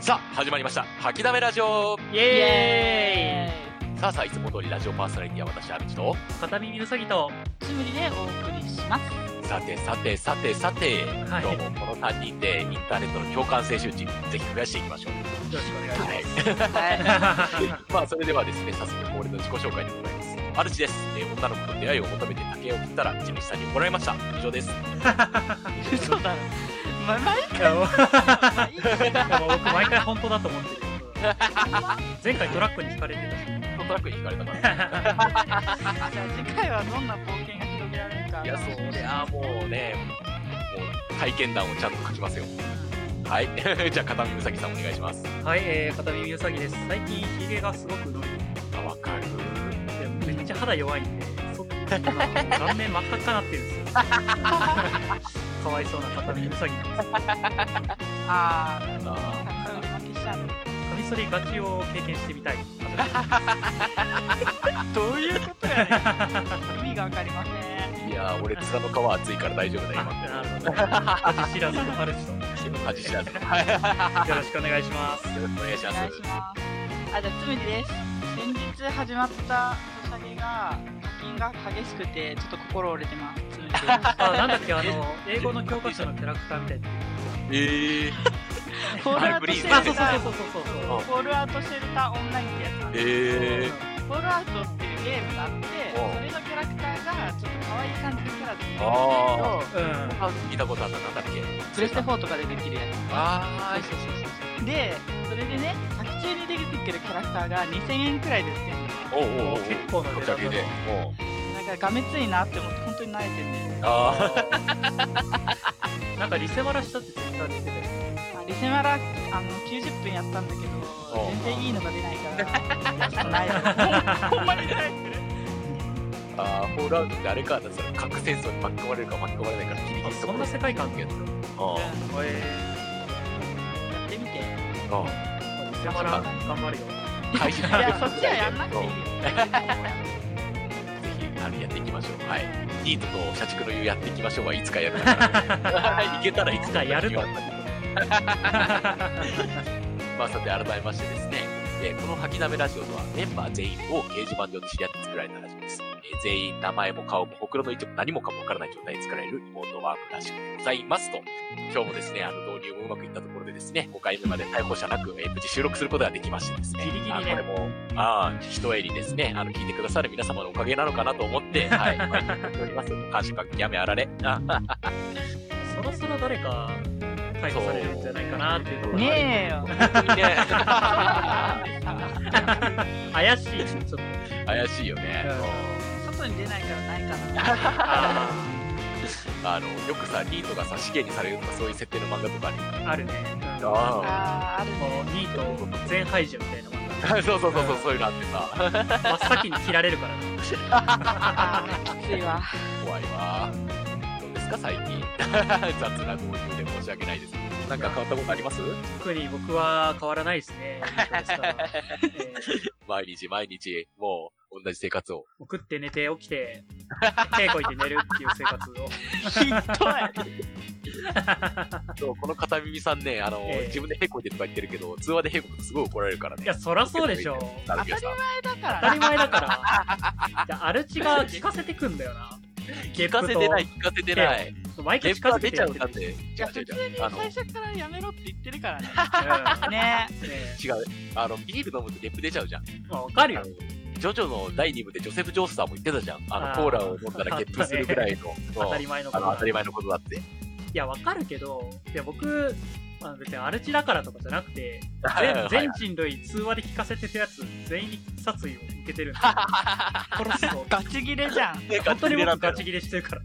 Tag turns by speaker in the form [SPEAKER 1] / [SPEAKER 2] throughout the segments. [SPEAKER 1] さあ始まりました「吐きだめラジオ
[SPEAKER 2] イ
[SPEAKER 3] イ
[SPEAKER 2] エ
[SPEAKER 3] エー」
[SPEAKER 1] さあさあいつも通りラジオパーソナリティは私阿部と
[SPEAKER 2] ーイ片耳の詐欺と
[SPEAKER 3] イつぶりでお送りします
[SPEAKER 1] さてさてさてさて、
[SPEAKER 2] はい
[SPEAKER 1] 今日もこの3人でインターネットの共感性周知ぜひ増やしていきましょう
[SPEAKER 2] よろしくお願いし
[SPEAKER 1] はい
[SPEAKER 3] はい
[SPEAKER 2] ま
[SPEAKER 1] まあそれではですね早速恒例の自己紹介でございますあるです、えー女の子と出会いを求めて竹を切ったら地主さんに怒られました以上です
[SPEAKER 3] 嘘だろまあまあいい
[SPEAKER 2] すいやもう
[SPEAKER 3] かまあいいか
[SPEAKER 2] でも僕毎回本当だと思ってるけど前回トラックに引かれて
[SPEAKER 1] トラックに引かれたから
[SPEAKER 2] たし
[SPEAKER 3] じゃあ次回はどんな冒険が広げられる か
[SPEAKER 1] いや、そうね、あーもうね、もう体験談をちゃんと書きますよ。はい、 じゃあ、片見うさぎさんお願いします。
[SPEAKER 2] はい、えー、片耳の詐欺です最近ヒゲがすごく伸びて
[SPEAKER 1] あ、わかる。
[SPEAKER 2] てめっちゃ肌弱いんでそっあの顔面真っ赤っかなってるんですよかわいそうな片耳の詐欺なんです
[SPEAKER 3] あ
[SPEAKER 1] あ
[SPEAKER 3] ーなんか負けしちゃ
[SPEAKER 2] カ
[SPEAKER 3] う
[SPEAKER 2] ミソリガチを経験してみた い
[SPEAKER 3] どういうことやねん意味がわかりません
[SPEAKER 1] ーいやー、俺、塚の皮厚いから大丈夫だよ、今。
[SPEAKER 2] なるほど恥知らずのハルチと
[SPEAKER 1] 恥知らず。はい、よ
[SPEAKER 2] よろしくお願いします
[SPEAKER 1] ろしくお願いし
[SPEAKER 3] お
[SPEAKER 1] ま
[SPEAKER 3] 願い
[SPEAKER 1] す
[SPEAKER 3] し。ますあじゃあつむりです先日始まったソシャゲが課金が激しくてちょっと心折れてますつむりです
[SPEAKER 2] あなんだっけあの英語の教科書のキャラクターみたいな
[SPEAKER 1] えー、
[SPEAKER 3] ホールアウトシェルタ
[SPEAKER 2] あそうそう
[SPEAKER 3] ー
[SPEAKER 2] そうそうそうそう
[SPEAKER 1] あ
[SPEAKER 3] ホールアウトシェルターオンラインってやつなんですけど
[SPEAKER 1] え
[SPEAKER 3] フォールアウトっていうゲームがあって
[SPEAKER 1] おう
[SPEAKER 3] それのキャラクターがちょっと可愛い感じのキャラで出て
[SPEAKER 1] ー、
[SPEAKER 3] くるんだ
[SPEAKER 1] あ
[SPEAKER 3] け
[SPEAKER 2] うん
[SPEAKER 1] ー、あ聞いたことあった、なんだっけ。
[SPEAKER 3] どプレステ4とかでできるや
[SPEAKER 1] あ
[SPEAKER 3] そうそうつでそれでね作中に出てくるキャラクターが2000円くらいで売ってるんだ
[SPEAKER 1] ー、おうおうおうおう、
[SPEAKER 2] 結構な
[SPEAKER 1] お茶
[SPEAKER 2] 値段
[SPEAKER 1] 系
[SPEAKER 2] だ
[SPEAKER 1] で。おう
[SPEAKER 3] なんかがめついなって思って本当に慣れてるんで
[SPEAKER 1] あ
[SPEAKER 2] なんかリセマラしたってツイッターで言ってたよ
[SPEAKER 3] まあリセマラあの90分やったんだけど
[SPEAKER 1] おう
[SPEAKER 3] 全然いいのが出ない からないほんほんまにない
[SPEAKER 1] ー、あー、ホールアウトってあれか、だから核戦争に巻き込まれるか巻き込まれないか、ギリギ
[SPEAKER 2] あ
[SPEAKER 1] リ
[SPEAKER 2] そんな世界観
[SPEAKER 1] け
[SPEAKER 2] け
[SPEAKER 1] ど
[SPEAKER 2] ど。
[SPEAKER 1] あー
[SPEAKER 2] え
[SPEAKER 3] やってみてい
[SPEAKER 1] あー。
[SPEAKER 2] ー、リセマラ頑張るよ
[SPEAKER 1] 会社
[SPEAKER 3] やそっちはやんなくていいよ
[SPEAKER 1] ぜひあのやっていきましょう。はい。ニートと社畜の言うやっていきましょうはいつかやるから。いけたらいつ
[SPEAKER 2] いつ
[SPEAKER 1] か
[SPEAKER 2] か
[SPEAKER 1] や
[SPEAKER 2] や
[SPEAKER 1] る
[SPEAKER 2] る
[SPEAKER 1] と
[SPEAKER 2] と。
[SPEAKER 1] まあさて改めましてですね、えーこの吐きだめラジオとはメンバー全員を掲示板上で知り合って作られたラジオです。えー全員名前も顔もほくろの位置も何もかもわからない状態で作られるリモートワークらしくございますと。今日もですね、あの導入もうまくいったところでですね、5回目まで逮捕者なく、えー無事収録することができましてですね。
[SPEAKER 2] ギリギリね
[SPEAKER 1] あこれも、ああ、一襟ですね、あの、聞いてくださる皆様のおかげなのかなと思 って、はい、まあやっております。感謝感激やめあられ。あ
[SPEAKER 2] そろそろ誰か逮捕されるんじゃないかなっていうところがある
[SPEAKER 3] ねえよ
[SPEAKER 1] 本当にね
[SPEAKER 2] 怪しいちょっと
[SPEAKER 1] 怪しいよね。
[SPEAKER 3] 外に出ないからないかな
[SPEAKER 2] あ
[SPEAKER 1] あの、よくさ、ニートがさ、試験にされるとか、そういう設定の漫画とかあるよね。
[SPEAKER 2] ーあるね、うん
[SPEAKER 1] あ
[SPEAKER 3] あーある
[SPEAKER 2] このニート全排除みたいなもんだ
[SPEAKER 1] あ。 そうそうそうそう、そういうのあってさ、
[SPEAKER 2] 真っ先に切られるからな
[SPEAKER 3] あーきついわ
[SPEAKER 1] 怖いわ。どうですか、最近。 雑な導入で申し訳ないです。なんか変わったことあります
[SPEAKER 2] 特に僕は変わらないです ねニートですから、えー
[SPEAKER 1] 毎日毎日、もう、同じ生活を。
[SPEAKER 2] 送って寝て起きて稽古行って寝るっていう生活を
[SPEAKER 3] ひっどい
[SPEAKER 1] そう、この片耳さんね、あの、
[SPEAKER 2] ええ
[SPEAKER 1] 自分でへこいてとか言ってるけど、通話でへこくとすごい怒られるからね。
[SPEAKER 2] いやそらそうでしょ
[SPEAKER 1] な
[SPEAKER 3] 当
[SPEAKER 1] る
[SPEAKER 3] た
[SPEAKER 1] け
[SPEAKER 3] り
[SPEAKER 1] ど
[SPEAKER 3] 前
[SPEAKER 1] さ
[SPEAKER 3] だ
[SPEAKER 2] 当
[SPEAKER 3] か
[SPEAKER 2] た
[SPEAKER 3] ら
[SPEAKER 2] り前だからいやアルチが聞かせてくんだよな
[SPEAKER 1] 聞かせてない、聞かせてない。
[SPEAKER 2] 毎回
[SPEAKER 1] 現
[SPEAKER 2] 近
[SPEAKER 1] 場
[SPEAKER 2] づ
[SPEAKER 1] 出
[SPEAKER 2] けて
[SPEAKER 1] ちゃ
[SPEAKER 2] やっ
[SPEAKER 1] う
[SPEAKER 2] て
[SPEAKER 1] な
[SPEAKER 2] る
[SPEAKER 1] んで。違う
[SPEAKER 3] い
[SPEAKER 1] 違
[SPEAKER 3] や普
[SPEAKER 1] う違
[SPEAKER 3] 通に
[SPEAKER 1] う。あの、
[SPEAKER 3] 最初からやめろって言ってるからね
[SPEAKER 2] うん
[SPEAKER 3] ね
[SPEAKER 2] ね
[SPEAKER 1] 違う。あの、ビール飲むとゲップ出ちゃうじゃん。
[SPEAKER 2] えまあわかるよ
[SPEAKER 1] あのジョジョの第2部でジョセフ・ジョースターも言ってたじゃん。あの、
[SPEAKER 2] あー
[SPEAKER 1] コーラを飲んだらゲップするぐらいの、
[SPEAKER 2] 当たり前のこ
[SPEAKER 1] あ
[SPEAKER 2] と
[SPEAKER 1] の
[SPEAKER 2] だ
[SPEAKER 1] 当たり前のことだって。
[SPEAKER 2] いやわかるけどいや僕、まあ、別にアルチだからとかじゃなくて
[SPEAKER 1] はいはい
[SPEAKER 2] 全全人類通話で聞かせてるやつ全員に殺意を受けてるん で殺すぞ
[SPEAKER 3] ガチ切れじゃん
[SPEAKER 2] 本当に僕ガ
[SPEAKER 1] チ
[SPEAKER 2] チギレしてるから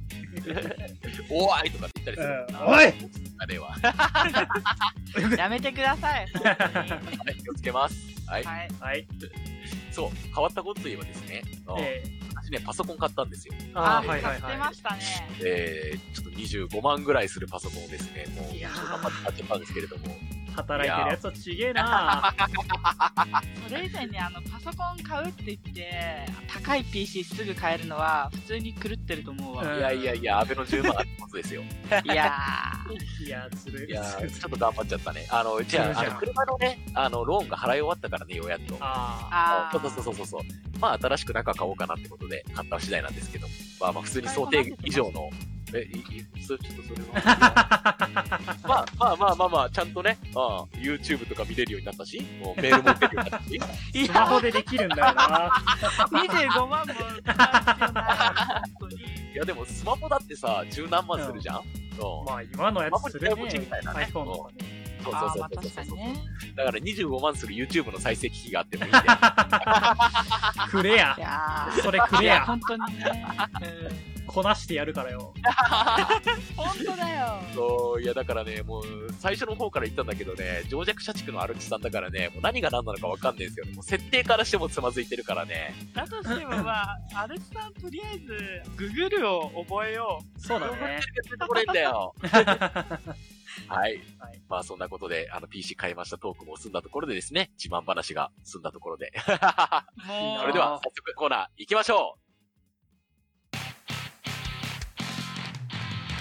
[SPEAKER 1] おーいとかって言ったりする。
[SPEAKER 2] うんおい
[SPEAKER 1] あれは。は
[SPEAKER 3] やめてください本当に
[SPEAKER 1] い、気をつけます。はい。
[SPEAKER 3] はい
[SPEAKER 2] はい
[SPEAKER 1] そう、変わったことといえばですね、あの
[SPEAKER 2] え
[SPEAKER 1] 私ね、パソコン買ったんですよ。
[SPEAKER 2] ー、
[SPEAKER 3] あ
[SPEAKER 2] あーはいは
[SPEAKER 3] 買
[SPEAKER 2] い
[SPEAKER 3] って
[SPEAKER 2] は
[SPEAKER 3] ましたね
[SPEAKER 1] えー、ちょっと25万ぐらいするパソコンをですね、もう、ち
[SPEAKER 2] い
[SPEAKER 1] ょ
[SPEAKER 2] や
[SPEAKER 1] っ
[SPEAKER 2] ー
[SPEAKER 1] と頑張って買っちゃったんですけれども、
[SPEAKER 2] い働いてるやつはちげえな
[SPEAKER 3] それ以前にあのパソコン買うって言って高い PC すぐ買えるのは普通に狂ってると思うわ
[SPEAKER 2] うん
[SPEAKER 1] いやいやいや、安倍の10万あってことですよ。
[SPEAKER 3] いや
[SPEAKER 2] いやー、つる
[SPEAKER 1] いやーちょっと頑張っちゃったね。あの、じゃあ、あの車のね、あの、ローンが払い終わったからね、ようやっと。
[SPEAKER 2] あ
[SPEAKER 3] あ
[SPEAKER 1] そうそうそうそうそう。まあ、新しく中買おうかなってことで買った次第なんですけど、まあまあ、普通に想定以上の、え、い、い、そちょっとそれ は。
[SPEAKER 2] あ。
[SPEAKER 1] まあまあまあまあまあ、ちゃんとね、ああ YouTube とか見れるようになったし、もうメールも打てるようになっ たし、
[SPEAKER 2] スマホでできるんだよな。
[SPEAKER 3] 25万も使う必要ない本当に
[SPEAKER 1] いやでもスマホだってさ、十何万するじゃん、そう
[SPEAKER 2] まあ、今のやつするね。
[SPEAKER 1] スマホに手持ちみたいなね
[SPEAKER 2] iPhone とかね。
[SPEAKER 1] そうそう
[SPEAKER 3] あー
[SPEAKER 1] そ
[SPEAKER 3] まあ
[SPEAKER 1] うそう
[SPEAKER 3] 確
[SPEAKER 1] そ
[SPEAKER 3] か
[SPEAKER 1] うそう
[SPEAKER 3] に。ね
[SPEAKER 1] だから25万する YouTube の再生機器があって もいいんだよ。
[SPEAKER 2] くれや
[SPEAKER 3] い。やー
[SPEAKER 2] それく
[SPEAKER 3] い
[SPEAKER 2] れ
[SPEAKER 3] や
[SPEAKER 2] や。
[SPEAKER 3] 本当にね、うん
[SPEAKER 2] こなしてやるからよ。
[SPEAKER 3] 本当だよ
[SPEAKER 1] そういやだからね、もう最初の方から言ったんだけどね、情弱社畜のアルチさんだからね、もう何が何なのかわかんないんですよね。もう設定からしてもつまずいてるからね。
[SPEAKER 3] だとしてもまあアルチさんとりあえずググルを覚えよ
[SPEAKER 2] そうだね。
[SPEAKER 1] これんだ よ。はい。
[SPEAKER 2] はい
[SPEAKER 1] まあそんなことで、あの PC 買いましたトークも済んだところでですね、自慢話が済んだところで。
[SPEAKER 3] う
[SPEAKER 2] いいな
[SPEAKER 1] それでは早速コーナー行きましょうえー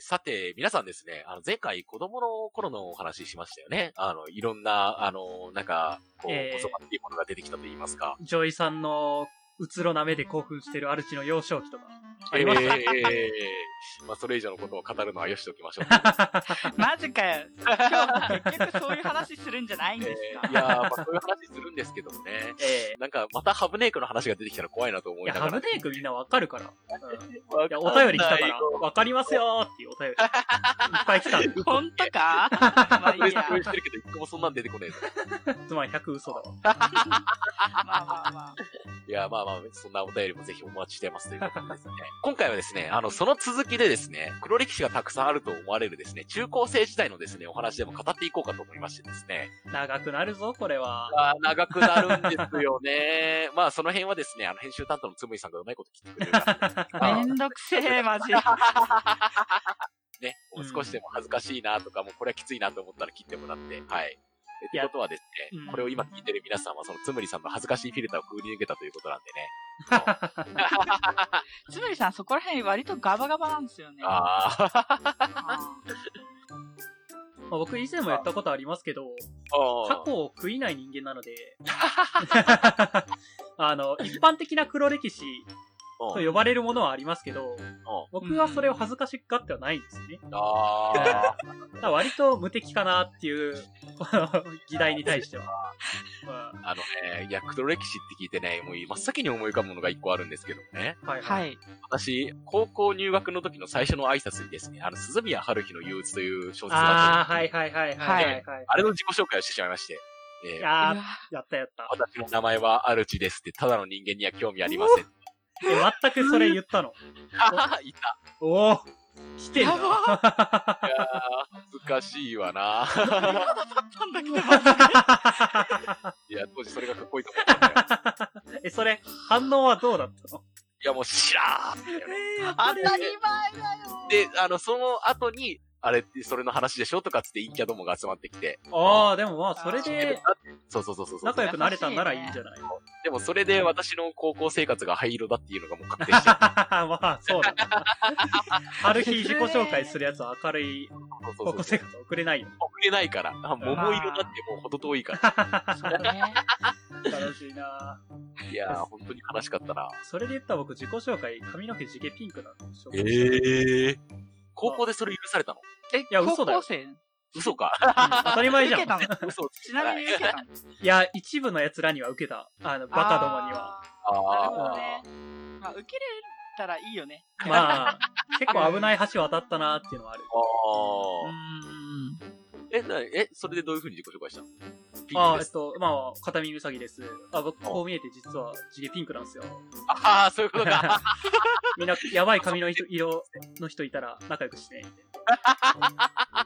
[SPEAKER 1] さて、皆さんですね、あの、前回子供の頃のお話ししましたよね。あの、いろんな、あの、なんか、こう、
[SPEAKER 2] えー
[SPEAKER 1] 細かっていうものが出てきたと言いますか。
[SPEAKER 2] ジョイさんのうつろな目で興奮してるアルチの幼少期とか。あ
[SPEAKER 1] え
[SPEAKER 2] り
[SPEAKER 1] ー
[SPEAKER 2] ました。
[SPEAKER 1] まあ、それ以上のことを語るのはよしておきましょう。
[SPEAKER 3] マジかよ今日結局そういう話するんじゃないんです
[SPEAKER 1] え
[SPEAKER 3] か、
[SPEAKER 1] ーいやー、まあ、そういう話するんですけどもね。
[SPEAKER 2] え
[SPEAKER 1] なんか、またハブネイクの話が出てきたら怖いなと思
[SPEAKER 2] えい
[SPEAKER 1] い
[SPEAKER 2] や、
[SPEAKER 1] なが
[SPEAKER 2] ハ
[SPEAKER 1] ら。
[SPEAKER 2] ブテイクみんなわかるから。うんい
[SPEAKER 1] い
[SPEAKER 2] や、お便り来たから、わかりますよーっていうお便り。いっぱい来たんで。
[SPEAKER 3] 本当かまあいい
[SPEAKER 1] プレス
[SPEAKER 3] や
[SPEAKER 1] プレスしてるけど、一個もそんなん出てこねえぞ。
[SPEAKER 2] つまり100嘘だわ。
[SPEAKER 3] まあまあまあ
[SPEAKER 1] いや、まあまあ、そんなお便りもぜひお待ちしてますということですね。 今回はですね、あの、その続きでですね、黒歴史がたくさんあると思われるですね、中高生時代のですね、お話でも語っていこうかと思いましてですね。
[SPEAKER 2] 長くなるぞ、これは。
[SPEAKER 1] あー長くなるんですよね。 まあ、その辺はですね、あの、編集担当のつむいさんがうまいこと切ってくれるから。
[SPEAKER 3] めんどくせえ、マジ。
[SPEAKER 1] ね、もう
[SPEAKER 2] うん
[SPEAKER 1] 少しでも恥ずかしいなとか、もうこれはきついなと思ったら切ってもらって、はい。えってことはですね、
[SPEAKER 2] うん
[SPEAKER 1] これを今聞いてる皆さんは、そのつむりさんの恥ずかしいフィルターをくぐり抜けたということなんでね。
[SPEAKER 3] つむりさん、そこら辺割とガバガバなんですよね。
[SPEAKER 1] あ ー
[SPEAKER 3] うん
[SPEAKER 2] まあ僕以前も言ったことありますけど、
[SPEAKER 1] あ
[SPEAKER 2] 過
[SPEAKER 1] ー。
[SPEAKER 2] 去を食いない人間なので、 あの、一般的な黒歴史と
[SPEAKER 1] うん
[SPEAKER 2] 呼ばれるものはありますけど、僕はそれを恥ずかしがってはないんですね。
[SPEAKER 1] あー。
[SPEAKER 2] だから割と無敵かなっていう、 この議題に対しては。ま
[SPEAKER 1] あのね、いや、黒歴史って聞いてね、もう真っ先に思い浮かぶものが一個あるんですけどね。
[SPEAKER 2] あはい、。
[SPEAKER 3] はいい。
[SPEAKER 1] 私、高校入学の時の最初の挨拶にですね、あの、鈴宮春日の憂鬱という小説があっ
[SPEAKER 2] ああ、はいはいはいはいはい、はい
[SPEAKER 1] て、あれの自己紹介をしてしまいまして、えー
[SPEAKER 2] あ
[SPEAKER 3] う
[SPEAKER 2] ー
[SPEAKER 3] わ
[SPEAKER 2] やったやった。
[SPEAKER 1] 私の名前はアルチですって、ただの人間には興味ありません。
[SPEAKER 2] え、全くそれ言ったの。
[SPEAKER 1] いた。
[SPEAKER 2] おお来てる
[SPEAKER 3] やば
[SPEAKER 1] い
[SPEAKER 2] な。
[SPEAKER 1] やー恥ずかしいわな。
[SPEAKER 3] なん だけどマジで
[SPEAKER 1] いや、当時それがかっこいいと思ったんだよ。
[SPEAKER 2] え、それ、反応はどうだったの
[SPEAKER 1] いや、もう知らーってよね。
[SPEAKER 3] 当たり前だよ。
[SPEAKER 1] で、あの、その後に、あれってそれの話でしょとかっつって陰キャどもが集まってきて。
[SPEAKER 2] ああ、でもまあ、それで、
[SPEAKER 1] そうそうそうそうそう。
[SPEAKER 2] 仲良くなれたんならいいんじゃない
[SPEAKER 1] でもそれで私の高校生活が灰色だっていうのがもう確定 してる。
[SPEAKER 2] まあ、そう だな。ある日自己紹介するやつは明るい
[SPEAKER 1] そうそう
[SPEAKER 2] 高
[SPEAKER 1] そう
[SPEAKER 2] 校生活送れないよ。
[SPEAKER 1] 送れないから。あ、桃色だってもうほど遠いから。
[SPEAKER 3] そうね。
[SPEAKER 2] 楽しいない
[SPEAKER 1] やー、本当に悲しかったな。
[SPEAKER 2] それで言ったら僕自己紹介、髪の毛地毛ピンクなんでしょ。
[SPEAKER 1] えー。高校でそれ許されたの
[SPEAKER 3] え、
[SPEAKER 2] や嘘
[SPEAKER 3] 高
[SPEAKER 2] だよ
[SPEAKER 3] 校生
[SPEAKER 1] 嘘か。
[SPEAKER 2] 当たり前じゃん。
[SPEAKER 3] 受けたの
[SPEAKER 1] 嘘をつ
[SPEAKER 3] ちなみに受けたの
[SPEAKER 2] いや、一部の奴らには受けた。あの、バカどもには。。
[SPEAKER 3] あーなるほど
[SPEAKER 1] あ
[SPEAKER 3] ね。まあ、受けれたらいいよね。
[SPEAKER 2] まあ、結構危ない橋渡ったなっていうのはある。
[SPEAKER 1] ー
[SPEAKER 3] う
[SPEAKER 1] あ
[SPEAKER 3] ん。
[SPEAKER 1] ー。え、な、え、それでどういう風に自己紹介したのピン ク
[SPEAKER 2] あー
[SPEAKER 1] で
[SPEAKER 2] えっ
[SPEAKER 1] す。
[SPEAKER 2] と、まあ、片耳うさぎです。あ、僕、こう見えて実は地毛ピンクなんですよ。
[SPEAKER 1] ああー、そういうこと か。
[SPEAKER 2] みんな、やばい髪の色色の人いたら仲良くして、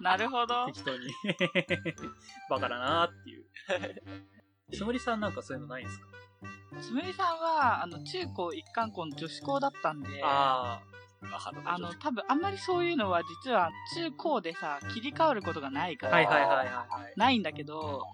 [SPEAKER 3] なるほど。
[SPEAKER 2] 適当に。 バカだなーっていう。 つむりさんなんかそういうのないんですか
[SPEAKER 3] つむりさんは、あの、中高一貫校の女子校だったんで、
[SPEAKER 2] あ
[SPEAKER 1] が花の
[SPEAKER 3] あ
[SPEAKER 1] 女
[SPEAKER 3] の
[SPEAKER 1] 子。
[SPEAKER 3] 多分あんまりそういうのは実は中高でさ切り替わることがないから、
[SPEAKER 2] はいはいはいはい。
[SPEAKER 3] ないんだけど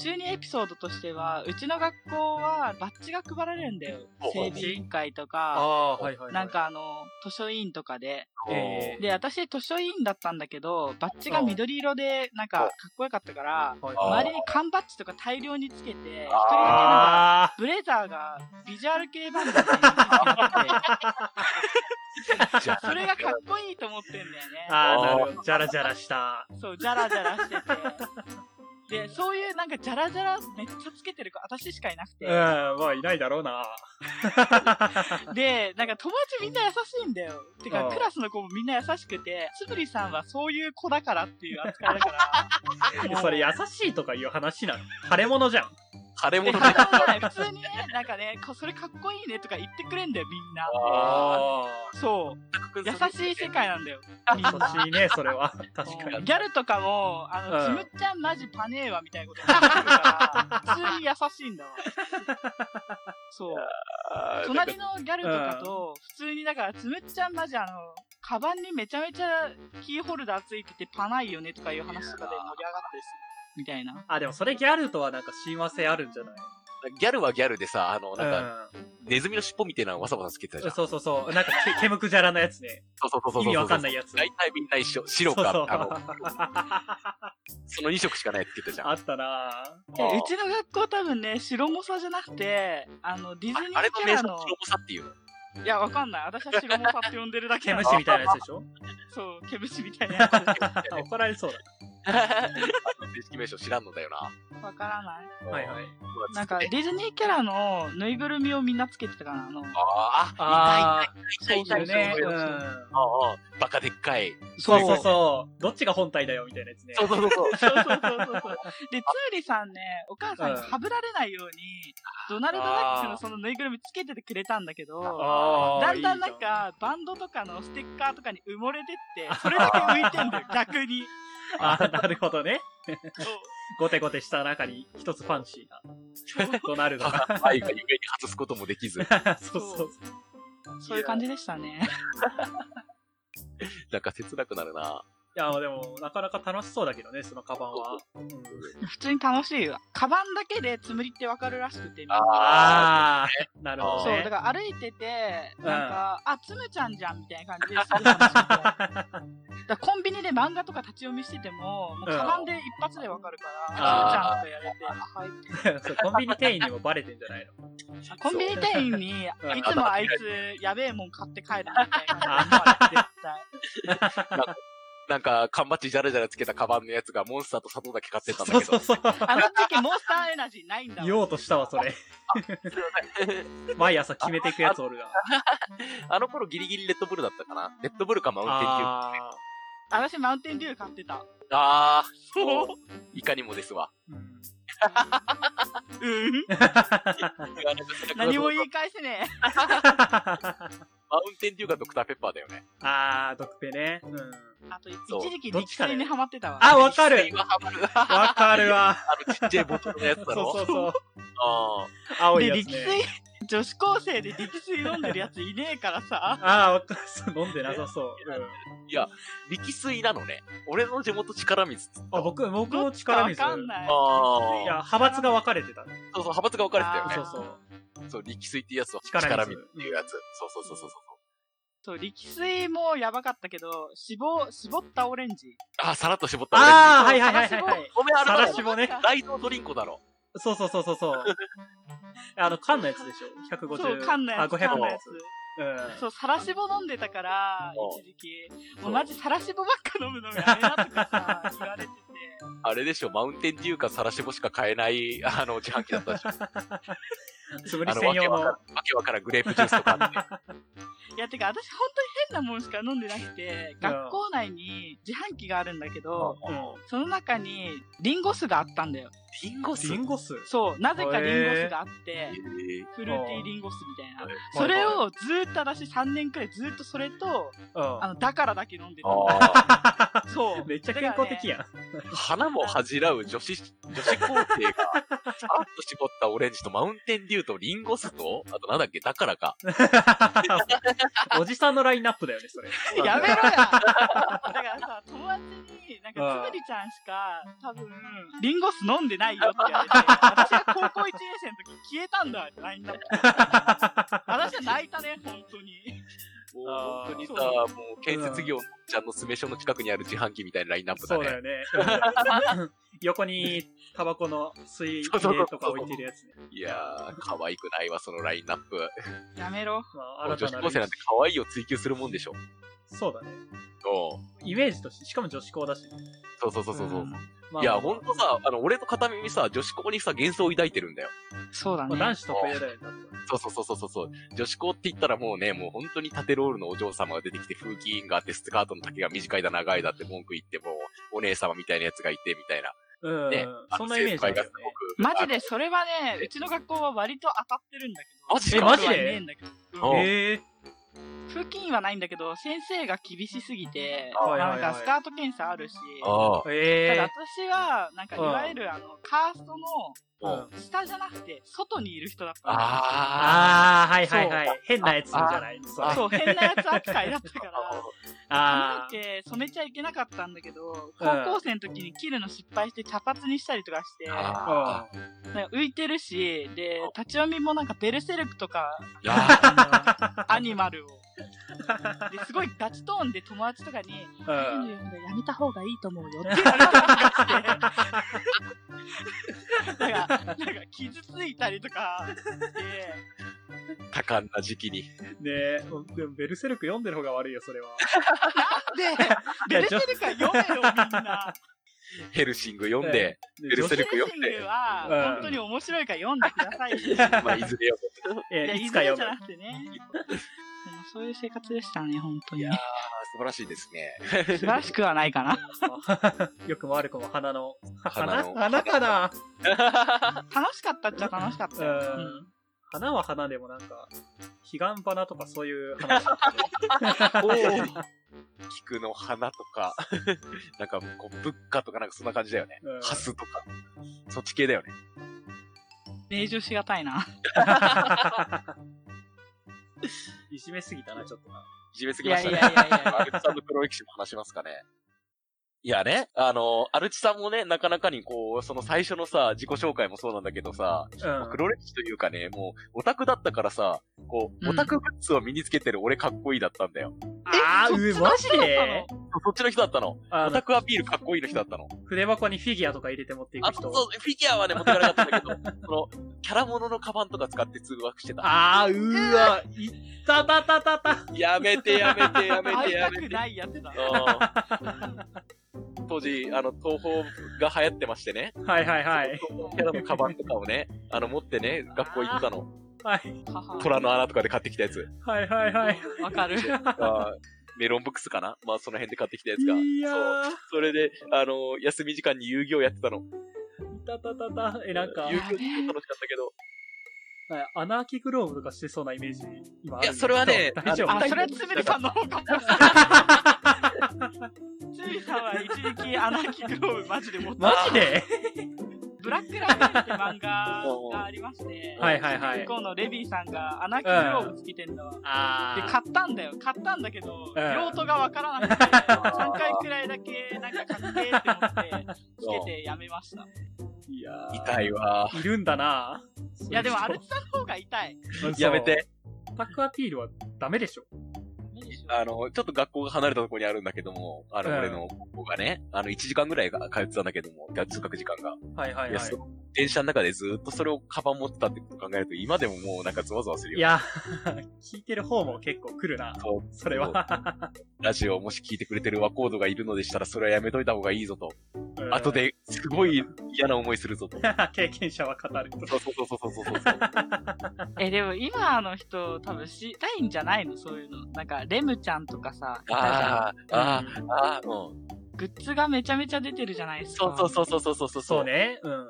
[SPEAKER 3] 中二エピソードとしてはうちの学校はバッジが配られるんだよ
[SPEAKER 1] ほうほう
[SPEAKER 3] 整備委員会とか
[SPEAKER 2] ああー、はいはいはい。
[SPEAKER 3] なん、かあの図書委員とかで
[SPEAKER 2] え
[SPEAKER 3] で私図書委員だったんだけどバッジが緑色でなんかかっこよかったから
[SPEAKER 2] はい
[SPEAKER 1] あー
[SPEAKER 3] 周りに缶バッジとか大量につけて一人だけなんか
[SPEAKER 2] あ
[SPEAKER 3] ブレザーがビジュアル系バンドみたいな
[SPEAKER 1] じゃあ
[SPEAKER 3] それがかっこいいと思ってんだよね。
[SPEAKER 2] ーあー、なるほど。じゃらじゃらした。
[SPEAKER 3] そう、ジャラジャラしてて。で、そういうなんかジャラジャラめっちゃつけてる子、私しかいなく
[SPEAKER 2] う
[SPEAKER 3] て
[SPEAKER 2] ん、。まあ、いないだろうな。
[SPEAKER 3] で、なんか友達みんな優しいんだよ。てか
[SPEAKER 2] う、ん
[SPEAKER 3] クラスの子もみんな優しくて、つぶりさんはそういう子だからっていう扱いだから。も う
[SPEAKER 2] それ、優しいとかいう話なの。腫れ物じゃん。
[SPEAKER 1] 腫れ
[SPEAKER 3] え
[SPEAKER 1] 物
[SPEAKER 3] そん
[SPEAKER 1] で
[SPEAKER 3] なことない普通にね、なんかね、こそれかっこいいねとか言ってくれんだよ、みんな。
[SPEAKER 1] あ
[SPEAKER 3] そう。 優しい世界なんだよ。みんな
[SPEAKER 2] 優しい ね、それは。確か
[SPEAKER 3] うん
[SPEAKER 2] に。
[SPEAKER 3] ギャルとかも、あの、つ
[SPEAKER 2] うん
[SPEAKER 3] むっちゃんマジパネーわみたいなこと言ってく るから、普通に優しいんだわ。そう。
[SPEAKER 1] あーなんか
[SPEAKER 3] 隣のギャルとかと、普通にだから、つむっちゃんマジあの、カバンにめちゃめちゃキーホルダーついててパないよねとかいう話とかで盛り上がったりする。みたいな。
[SPEAKER 2] あ、でもそれギャルとはなんか親和性あるんじゃない
[SPEAKER 1] ギャルはギャルでさ、あの、なんか、
[SPEAKER 2] う
[SPEAKER 1] ネズミの尻尾みたいなのわさわさつけてたじゃ
[SPEAKER 2] ん。
[SPEAKER 1] ん。
[SPEAKER 2] そうそうそう。なんかけ、けむくじゃらのやつね。
[SPEAKER 1] そうそうそうそう。
[SPEAKER 2] 意味わかんないやつ。
[SPEAKER 1] 大体みんな一緒。白か、
[SPEAKER 2] そうそう
[SPEAKER 1] あの、その2色しかないつけてたじゃん。
[SPEAKER 2] あったな
[SPEAKER 3] でうちの学校多分ね、白モサじゃなくて、あの、ディズ
[SPEAKER 1] あ
[SPEAKER 3] ニ
[SPEAKER 1] あれ
[SPEAKER 3] ー
[SPEAKER 1] の
[SPEAKER 3] キ
[SPEAKER 1] 名
[SPEAKER 3] ャラ
[SPEAKER 1] 称、
[SPEAKER 3] の、
[SPEAKER 1] 白さっていうの。
[SPEAKER 3] いや、わかんない。私は白モサって呼んでるだけ
[SPEAKER 2] 毛
[SPEAKER 3] なの
[SPEAKER 2] 虫みたいなやつでしょ
[SPEAKER 3] そう、毛虫みたいなや
[SPEAKER 2] 怒られそう
[SPEAKER 1] 正式名称知らんのだよな。
[SPEAKER 3] つ。わからない。
[SPEAKER 2] だ。はいはい。
[SPEAKER 3] なんか、ディズニーキャラのぬいぐるみをみんなつけてたから、あの、
[SPEAKER 1] あーあ、
[SPEAKER 2] あ
[SPEAKER 1] 痛い痛い痛い
[SPEAKER 2] ー、
[SPEAKER 1] 痛い
[SPEAKER 2] そうだよね。
[SPEAKER 1] 痛い。
[SPEAKER 2] う
[SPEAKER 1] あ
[SPEAKER 2] ん。
[SPEAKER 1] あ、バカでっかい。
[SPEAKER 2] そうそうそう。どっちが本体だよ、みたいなやつね。
[SPEAKER 1] そうそうそう そう。
[SPEAKER 3] そうそうそうそうそう。で、つうりさんね、お母さんに
[SPEAKER 2] うん
[SPEAKER 3] はぶられないように、ドナルド・ダックスのそのぬいぐるみつけててくれたんだけど、
[SPEAKER 2] あー
[SPEAKER 3] だんだんないん
[SPEAKER 2] いじ
[SPEAKER 3] か、バンドとかのステッカーとかに埋もれてって、それだけ浮いてんだよ、逆に。
[SPEAKER 2] ゃんあー、なるほどね。
[SPEAKER 3] そう
[SPEAKER 2] ゴテゴテした中に一つファンシー な。ドナルドが。
[SPEAKER 1] 愛が夢に外すこともできず。
[SPEAKER 2] そうそうそう。
[SPEAKER 3] そういう感じでしたね。
[SPEAKER 1] なんか切なくなるな。
[SPEAKER 2] いや、でも、なかなか楽しそうだけどね、そのカバンは。うん
[SPEAKER 3] 普通に楽しいわ。カバンだけでつむりってわかるらしくて、みんな
[SPEAKER 1] ああ。
[SPEAKER 2] ああ、なるほど
[SPEAKER 3] そう、だ
[SPEAKER 2] ね。
[SPEAKER 3] から歩いてて、
[SPEAKER 2] う
[SPEAKER 3] なんんか、あ、つむちゃんじゃんみたいな感じですごい楽しくて。だからコンビニで漫画とか立ち読みしてても、もうカバンで一発でわかるから、つむ
[SPEAKER 2] あー
[SPEAKER 3] ちゃんとかやれて、あはいって。
[SPEAKER 2] そうコンビニ店員にもバレてんじゃないの
[SPEAKER 3] コンビニ店員に、い
[SPEAKER 2] うん
[SPEAKER 3] つもあいつ、やべえもん買って帰るみたいな。絶対
[SPEAKER 1] なんか、缶バッチジャラジャラつけたカバンのやつがモンスターと砂糖だけ買ってったん
[SPEAKER 2] そ
[SPEAKER 1] だ
[SPEAKER 2] う
[SPEAKER 1] け
[SPEAKER 2] そ
[SPEAKER 1] ど
[SPEAKER 2] う。そう。
[SPEAKER 3] あの時期モンスターエナジーないんだ
[SPEAKER 2] 言
[SPEAKER 3] わ。
[SPEAKER 2] おうとしたわ、それ。毎朝決めていくやつおるが。
[SPEAKER 1] あの頃ギリギリレッドブルだったかな。レッドブルかマウンテンデュー。
[SPEAKER 2] あ
[SPEAKER 3] 私マウンテンデュー買ってた。
[SPEAKER 1] ああ、そう。いかにもです わ。
[SPEAKER 2] ーうん
[SPEAKER 3] うん。何も言い返せねえ。
[SPEAKER 1] マウンテンデューかドクターペッパーだ よね。
[SPEAKER 2] あー、ドクペね。うん。
[SPEAKER 3] あと、一
[SPEAKER 1] そう
[SPEAKER 3] 時期
[SPEAKER 2] どっ
[SPEAKER 3] 力
[SPEAKER 2] ちかね
[SPEAKER 3] 水にハマってたわ。
[SPEAKER 2] あ、わかる
[SPEAKER 1] 今ハマる。
[SPEAKER 2] わかるわ。
[SPEAKER 1] あのちっちゃいボトルのやつだ
[SPEAKER 2] そう
[SPEAKER 1] ろ。
[SPEAKER 2] そうそう。
[SPEAKER 1] あ
[SPEAKER 2] 青い
[SPEAKER 3] で、
[SPEAKER 2] やつ
[SPEAKER 3] 力
[SPEAKER 2] ね。
[SPEAKER 3] 水、女子高生で力水飲んでるやついねえからさ。
[SPEAKER 2] あー、わかる。そう飲んでなさそう。うん
[SPEAKER 1] ー力水なのね。俺の地元力水っつって
[SPEAKER 2] あ、僕、僕
[SPEAKER 3] ど
[SPEAKER 2] の
[SPEAKER 3] っちか
[SPEAKER 2] 力
[SPEAKER 3] わ
[SPEAKER 2] 水。
[SPEAKER 3] かんない。
[SPEAKER 1] あー
[SPEAKER 2] いや、派閥が分かれてた。
[SPEAKER 1] そうそう、派閥が分かれてたよね
[SPEAKER 2] そうそう。
[SPEAKER 1] そう、力水っていうやつと
[SPEAKER 2] 力水
[SPEAKER 1] っていうやつ。そうそうそうそうそう。
[SPEAKER 3] そう、力水もやばかったけど、絞、絞ったオレンジ。
[SPEAKER 1] あー、さらっと絞った。
[SPEAKER 2] ああ、
[SPEAKER 3] オ
[SPEAKER 2] は
[SPEAKER 3] レ
[SPEAKER 2] い
[SPEAKER 3] ンジ
[SPEAKER 2] はいはいはいはい。
[SPEAKER 1] ごめん、あれ
[SPEAKER 2] さ
[SPEAKER 1] だ
[SPEAKER 2] ら
[SPEAKER 1] ろ
[SPEAKER 2] しぼね
[SPEAKER 1] 大道ドリンクだろ。
[SPEAKER 2] そうそうそうそうそう。あの、缶のやつでしょ。150。
[SPEAKER 3] そう、缶のや
[SPEAKER 2] あ、
[SPEAKER 3] つ。
[SPEAKER 2] 500
[SPEAKER 3] 缶
[SPEAKER 2] の
[SPEAKER 3] の
[SPEAKER 2] や
[SPEAKER 3] や
[SPEAKER 2] つ。
[SPEAKER 3] つ。
[SPEAKER 2] うん。
[SPEAKER 3] そう、サラシボ飲んでたから、
[SPEAKER 1] うん
[SPEAKER 3] 一時期。
[SPEAKER 1] そ
[SPEAKER 3] も
[SPEAKER 1] う
[SPEAKER 3] うマジサラシボばっか飲むのがあれだとかさ、言われてて。
[SPEAKER 1] あれでしょ、マウンテンデューかさらしぼしか買えない、あの、自販機だったで しょ。
[SPEAKER 2] つぶり
[SPEAKER 1] あの、
[SPEAKER 2] 専
[SPEAKER 1] わけ
[SPEAKER 2] 用
[SPEAKER 1] わからん
[SPEAKER 2] の。、
[SPEAKER 1] わけわからんグレープジュースとか あって。
[SPEAKER 3] いや、てか私本当に変なもんしか飲んでなくて、学校内に自販機があるんだけど、
[SPEAKER 2] うん。
[SPEAKER 3] その中にリンゴ酢があったんだよ。
[SPEAKER 1] リンゴ酢
[SPEAKER 2] リンゴ酢
[SPEAKER 3] そう、なぜかリンゴ酢があって、
[SPEAKER 1] えー
[SPEAKER 3] フルーティーリンゴ酢みたい
[SPEAKER 1] は。
[SPEAKER 3] ないそれをずーっと私3年くらいずーっとそれと、
[SPEAKER 2] うん
[SPEAKER 3] あ。の、だからだけ飲んでた。
[SPEAKER 1] あ
[SPEAKER 3] そ う。
[SPEAKER 2] めっちゃ健康的
[SPEAKER 3] や。
[SPEAKER 2] やん。
[SPEAKER 1] あ、花も恥じらう女子、女子高生が、さらっと絞ったオレンジとマウンテンデュ言うと、リンゴ酢と、あとなんだっけ、だからか。
[SPEAKER 2] おじさんのラインナップだよね、それ。
[SPEAKER 3] やめろやだからさ、友達に、なんか、つぶりちゃんしか、多分、リンゴ酢飲んでないよって言われて、私が高校1年生の時消えたんだ、ラインナップ。私は泣いたね、本当に。
[SPEAKER 1] もう
[SPEAKER 2] あー
[SPEAKER 1] 本当にさ、
[SPEAKER 3] そ
[SPEAKER 1] もう建設業ちゃんのスメショの近くにある自販機みたいなラインナップだ
[SPEAKER 2] そうだ
[SPEAKER 1] ね。
[SPEAKER 2] よね。横に、タバコの吸い入れとか置いてるやつね。
[SPEAKER 1] いやー、可愛くないわ、そのラインナップ。
[SPEAKER 3] やめろ。
[SPEAKER 2] まあ、
[SPEAKER 1] もう女
[SPEAKER 2] 新
[SPEAKER 1] 子
[SPEAKER 2] たな
[SPEAKER 1] 高生なんて可愛いを追求するもんでしょ。
[SPEAKER 2] そうだね。
[SPEAKER 1] おう
[SPEAKER 2] イメージとして、しかも女子校だしね。
[SPEAKER 1] そうそうそうそうそう。
[SPEAKER 2] んまあ
[SPEAKER 1] いや、ほんとさ、あの、俺と片耳さ、女子校にさ、幻想を抱いてるんだよ。
[SPEAKER 3] そうだ
[SPEAKER 2] まあ、
[SPEAKER 3] ね
[SPEAKER 2] 男。子特有だよね。だって
[SPEAKER 1] そうそうそうそうそうそう。女子校って言ったらもうね、もう本当に縦ロールのお嬢様が出てきて、風紀委員があって、スカートの丈が短いだ長いだって文句言って、もう、お姉様みたいなやつがいて、みたいな。
[SPEAKER 2] うん、
[SPEAKER 1] ね
[SPEAKER 2] そんなイメージだ
[SPEAKER 1] あの先輩
[SPEAKER 2] よ
[SPEAKER 1] が
[SPEAKER 2] ね
[SPEAKER 1] す。ごく
[SPEAKER 3] マジで、それはね、うちの学校は割と当たってるんだけど。
[SPEAKER 1] マジか
[SPEAKER 2] えマジで
[SPEAKER 3] 俺はねえんだけど
[SPEAKER 1] あの
[SPEAKER 2] ええ
[SPEAKER 3] 風紀委員はないんだけど、先生が厳しすぎて、
[SPEAKER 2] はいはい
[SPEAKER 3] な
[SPEAKER 2] はい
[SPEAKER 3] んかスカート検査あるし、
[SPEAKER 1] ああ。
[SPEAKER 2] え
[SPEAKER 3] ただ
[SPEAKER 2] え
[SPEAKER 3] 私は、なんかいわゆるあの、カーストの
[SPEAKER 1] うん
[SPEAKER 3] 下じゃなくて、外にいる人だったん
[SPEAKER 1] あ
[SPEAKER 3] だ
[SPEAKER 1] あ。
[SPEAKER 2] ああ、はいはいはい。変なやつじゃない。それ
[SPEAKER 3] そう、変なやつ扱いだった から、髪の
[SPEAKER 2] あー
[SPEAKER 3] 毛染めちゃいけなかったんだけど、高校生の時に切るの失敗して茶髪にしたりとかして、な
[SPEAKER 1] ああ。
[SPEAKER 3] んか浮いてるし、で、立ち読みもなんかベルセルクとか
[SPEAKER 1] いや
[SPEAKER 3] アニマルを。ですごいガチトーンで友達とかに、
[SPEAKER 2] う
[SPEAKER 3] 変
[SPEAKER 2] ん。
[SPEAKER 3] な
[SPEAKER 2] うん
[SPEAKER 3] 読みだやめた方がいいと思うよって言われたりとかして、なんか、 なんか傷ついたりとかして、
[SPEAKER 1] ー、多感な時期に。
[SPEAKER 2] ねえ、もうでもベルセルク読んでる方が悪いよ、それ は。
[SPEAKER 3] で、ベルセルクは読めよ、みんな。
[SPEAKER 1] ヘルシング 読んで、
[SPEAKER 2] ベ
[SPEAKER 1] ベルセル
[SPEAKER 3] ベル
[SPEAKER 1] ク
[SPEAKER 3] セ
[SPEAKER 1] 読ん
[SPEAKER 3] ル
[SPEAKER 1] で
[SPEAKER 3] ク、
[SPEAKER 2] うん
[SPEAKER 3] は、本当に面白いから読んでくださいよ。
[SPEAKER 1] まあ、いずれよ。
[SPEAKER 2] え
[SPEAKER 3] い
[SPEAKER 2] い
[SPEAKER 3] つ
[SPEAKER 2] つか
[SPEAKER 3] じゃ
[SPEAKER 2] 読む。
[SPEAKER 3] なくてね。でもそういう生活でしたね、本当
[SPEAKER 1] い
[SPEAKER 3] に
[SPEAKER 1] やー。、素晴らしいですね。
[SPEAKER 3] 素晴らしくはないかな。
[SPEAKER 2] よくも悪くも花の。
[SPEAKER 1] 花の
[SPEAKER 2] 花かな
[SPEAKER 3] 楽しかったっちゃ楽しかった
[SPEAKER 2] う
[SPEAKER 3] よ。
[SPEAKER 2] ん。花は花でもなんか、彼岸花とかそういう花 だった
[SPEAKER 1] お
[SPEAKER 2] ね
[SPEAKER 1] ー 菊の花とか、 なんかこう、仏花とかなんかそんな感じだよね。
[SPEAKER 2] うん
[SPEAKER 1] ハスとか。そっち系だよね。
[SPEAKER 3] 名女しがたいな。
[SPEAKER 2] いじめすぎたな、ちょっとな。
[SPEAKER 1] いじめす
[SPEAKER 3] い
[SPEAKER 1] ぎま
[SPEAKER 3] や
[SPEAKER 1] し
[SPEAKER 3] い
[SPEAKER 1] た
[SPEAKER 3] や
[SPEAKER 1] ね。
[SPEAKER 3] いやい
[SPEAKER 1] ア
[SPEAKER 3] や
[SPEAKER 1] ルチさんの黒歴史も話しますかね。いやね、あの、アルチさんもね、なかなかにこう、その最初のさ、自己紹介もそうなんだけどさ、
[SPEAKER 2] うん。
[SPEAKER 1] 黒歴史というかね、もう、オタクだったからさ、こ
[SPEAKER 3] う
[SPEAKER 1] う、
[SPEAKER 3] ん
[SPEAKER 1] オタクグッズを身につけてる俺かっこいいだったんだよ。
[SPEAKER 2] あー、う
[SPEAKER 3] そ
[SPEAKER 2] ん
[SPEAKER 3] っ
[SPEAKER 2] マ
[SPEAKER 3] ち
[SPEAKER 2] ジ
[SPEAKER 3] の人だったの
[SPEAKER 2] で
[SPEAKER 1] そっちの人だったの。
[SPEAKER 2] あ
[SPEAKER 1] オ
[SPEAKER 2] の
[SPEAKER 1] タ、クアピールかっこいいの人だったの。
[SPEAKER 2] 筆箱にフィギュアとか入れて持っていく
[SPEAKER 1] あ、そう
[SPEAKER 2] 人。
[SPEAKER 1] そう、フィギュアはね、持ってかなかったんだ けど、その、キャラもののカバンとか使って通学してた。
[SPEAKER 2] あー、うーわ、いったたたたた。
[SPEAKER 1] やめてやめてやめ
[SPEAKER 3] 会
[SPEAKER 1] て
[SPEAKER 3] い
[SPEAKER 1] や
[SPEAKER 3] た
[SPEAKER 1] めて
[SPEAKER 3] く。ないやつだ。
[SPEAKER 1] うん当時、あの、東宝が流行ってましてね。
[SPEAKER 2] はいはいはい。
[SPEAKER 1] そのキャラのカバンとかをね、あの、持ってね、学校行ったの。
[SPEAKER 2] はい
[SPEAKER 1] 虎の穴とかで買ってきたやつ。
[SPEAKER 2] はいはいはい。
[SPEAKER 3] わかる。
[SPEAKER 1] あーメロンブックスかなまあ、その辺で買ってきたやつが。
[SPEAKER 2] いや
[SPEAKER 1] そう。
[SPEAKER 2] ー、い
[SPEAKER 1] それで、あの、休み時間に遊戯王やってたの。
[SPEAKER 2] たたたた。え、なんか
[SPEAKER 1] 遊、戯王って楽しかったけど。
[SPEAKER 2] アナーキグローブとかしてそうなイメージ、今あるんだけど
[SPEAKER 1] いやそれはね
[SPEAKER 2] 大丈
[SPEAKER 1] あ
[SPEAKER 3] あ、
[SPEAKER 1] の
[SPEAKER 3] それは
[SPEAKER 2] 夫。
[SPEAKER 3] つぶりさんの方かも。つぶりさんは一時アナーキグローブマジで持っ て
[SPEAKER 2] マ
[SPEAKER 3] た
[SPEAKER 2] ジで
[SPEAKER 3] ブラックライブって漫画がありまして、
[SPEAKER 2] はいはいはい
[SPEAKER 3] 向こうのレビィさんがアナーキグローブつけてんだわ。で、
[SPEAKER 2] あ
[SPEAKER 3] 買ったんだよ。買ったんだけど、
[SPEAKER 2] うん
[SPEAKER 3] 用途がわからなくて、3回くらいだけ、なんか確定って思って、つけてやめました。
[SPEAKER 2] ー。いやー
[SPEAKER 1] 痛いわ。
[SPEAKER 2] いるんだな。
[SPEAKER 3] いや、でも、アルツさんの方が痛い。
[SPEAKER 1] やめて。。
[SPEAKER 2] タックアピールはダメでしょ。
[SPEAKER 1] あの、ちょっと学校が離れたところにあるんだけども、あの、
[SPEAKER 2] うん
[SPEAKER 1] 俺の高校がね、あの、1時間ぐらいが通ってたんだけども、通学時間が。
[SPEAKER 2] はいはい
[SPEAKER 1] いや、
[SPEAKER 2] はい
[SPEAKER 1] そ。の電車の中でずーっとそれをカバン持ってたってことを考えると、今でももうなんかゾワゾワするよ。
[SPEAKER 2] いや、 聞いてる方も結構来るな。
[SPEAKER 1] そう、
[SPEAKER 2] それは。
[SPEAKER 1] ラジオをもし聞いてくれてるワコードがいるのでしたら、それはやめといた方がいいぞと。
[SPEAKER 2] うん
[SPEAKER 1] 後。で、すごい嫌な思いするぞと。
[SPEAKER 2] 経験者は語る。
[SPEAKER 1] そうそうそうそうそうそうそう。
[SPEAKER 3] え、でも今の人、多分知りたいんじゃないのそういうの。なんか、レムちゃんとかさ、いたじゃん
[SPEAKER 1] ああ、ああ、ああ、うん。
[SPEAKER 3] グッズがめちゃめちゃ出てるじゃないです
[SPEAKER 1] そ
[SPEAKER 3] か
[SPEAKER 1] う。そうそうそうそうそう。
[SPEAKER 2] そう。ね。うん。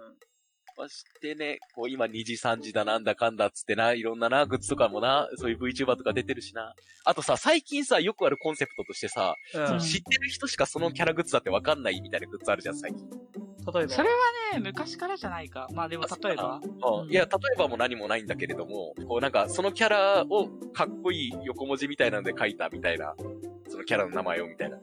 [SPEAKER 1] そしてね、こう今2時3時だなんだかんだっつってな、いろんなな、グッズとかもな、そういう VTuber とか出てるしな。あとさ、最近さ、よくあるコンセプトとしてさ、
[SPEAKER 2] うん
[SPEAKER 1] 知ってる人しかそのキャラグッズだってわかんないみたいなグッズあるじゃん、最近。
[SPEAKER 2] 例えば。
[SPEAKER 3] それはね、昔からじゃないか。まあでも例えば。
[SPEAKER 1] うんいや、例えばも何もないんだけれども、こうなんかそのキャラをかっこいい横文字みたいなんで書いたみたいな、そのキャラの名前をみたいな。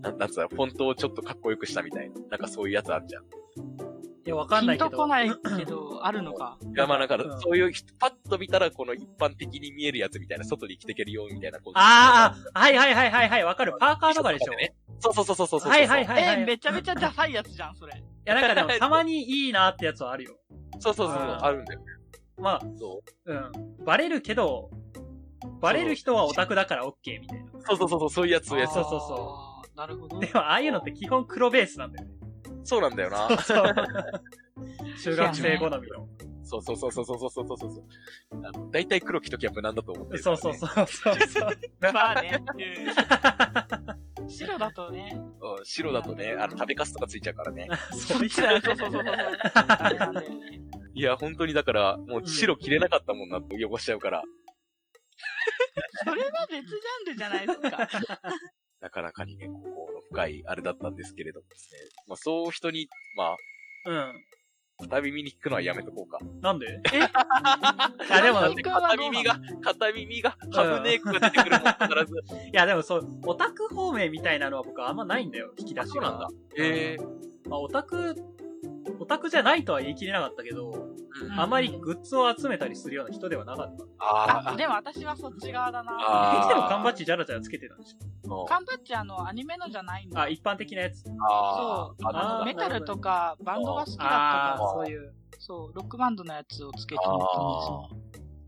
[SPEAKER 1] なんなんつうの、フォントをちょっとかっこよくしたみたいな。なんかそういうやつあるじゃん。い
[SPEAKER 2] いや、わかんない
[SPEAKER 3] ピ
[SPEAKER 2] け
[SPEAKER 3] ンとこ
[SPEAKER 2] ど。
[SPEAKER 3] ないけど、あるのか。
[SPEAKER 1] や、まあなんか
[SPEAKER 2] うん
[SPEAKER 1] そういう、パッと見たらこの一般的に見えるやつみたいな、外に着てけるよみたいな。こう
[SPEAKER 2] あーあ、はいはいはいはいはい、わかる。パーカーとかでしょ。
[SPEAKER 1] ねそうそうそうそうそうそう。
[SPEAKER 2] はいはいはい、はい。
[SPEAKER 3] え、
[SPEAKER 2] い
[SPEAKER 3] めちゃめちゃダサいやつじゃん、それ。。
[SPEAKER 2] や、なんかでも、たまにいいなってやつはあるよ。
[SPEAKER 1] そうそうそうそう、
[SPEAKER 2] うん
[SPEAKER 1] あるんだよ。
[SPEAKER 2] まあ、
[SPEAKER 1] そう
[SPEAKER 2] うん。バレるけど、バレる人はオタクだから OK みたいな。
[SPEAKER 1] そうそうそうそう、そういうやつ、そういうやつ
[SPEAKER 2] あ。ーそうそう
[SPEAKER 3] なるほど。
[SPEAKER 2] でも、ああいうのって基本黒ベースなんだよね。
[SPEAKER 1] そうなんだよな。
[SPEAKER 2] そう。中学生好みの。
[SPEAKER 1] そうそうそうそうそうそうそうそう。あの大体黒木ときは無難だと思ってるか
[SPEAKER 2] そ
[SPEAKER 1] ら
[SPEAKER 2] う
[SPEAKER 1] ね、
[SPEAKER 2] そうそうそう。
[SPEAKER 3] まあね。うん白だとね。
[SPEAKER 1] うん白だとね、あの、食べかすとかついちゃうからね。
[SPEAKER 2] そう
[SPEAKER 3] そうそうそうそう。なんだよね
[SPEAKER 1] いや、本当にだから、もう白着れなかったもんな、汚しちゃうから。
[SPEAKER 3] それは別ジャンルじゃないですか。
[SPEAKER 1] なかなかにね、ここの深いあれだったんですけれどもですね。まあ、そう人に、ま
[SPEAKER 2] うん。
[SPEAKER 1] あ、片耳に聞くのはやめとこうか。
[SPEAKER 2] なんで
[SPEAKER 3] え
[SPEAKER 2] あ、でも、
[SPEAKER 3] なん
[SPEAKER 2] い
[SPEAKER 3] で
[SPEAKER 1] 片耳が、片耳が、ハブネークが出てくるもん必ず。
[SPEAKER 2] や、でもそう、オタク方面みたいなのは僕あんまないんだよ、引き出しが。
[SPEAKER 1] そうなんだ。
[SPEAKER 2] え
[SPEAKER 1] え
[SPEAKER 2] まあ、オタク、オタクじゃないとは言い切れなかったけど、
[SPEAKER 1] うん
[SPEAKER 2] あまりグッズを集めたりするような人ではなかった。
[SPEAKER 1] あ
[SPEAKER 3] あ、でも私はそっち側だ
[SPEAKER 1] あー
[SPEAKER 3] な。
[SPEAKER 2] でも缶バッジジャラジャラつけてたんでしょ。
[SPEAKER 1] ー
[SPEAKER 3] カンパッチあの、アニメのじゃないんだ
[SPEAKER 2] あ、。一般的なやつ。
[SPEAKER 1] あー、
[SPEAKER 3] そう
[SPEAKER 1] あ
[SPEAKER 2] ー
[SPEAKER 3] メ
[SPEAKER 1] なる
[SPEAKER 3] タルとかバンドが好きだった
[SPEAKER 2] あ
[SPEAKER 3] か
[SPEAKER 2] あ、
[SPEAKER 3] ら、
[SPEAKER 2] そういう。
[SPEAKER 3] そう、ロックバンドのやつをつけてみたんですよ。
[SPEAKER 1] ほど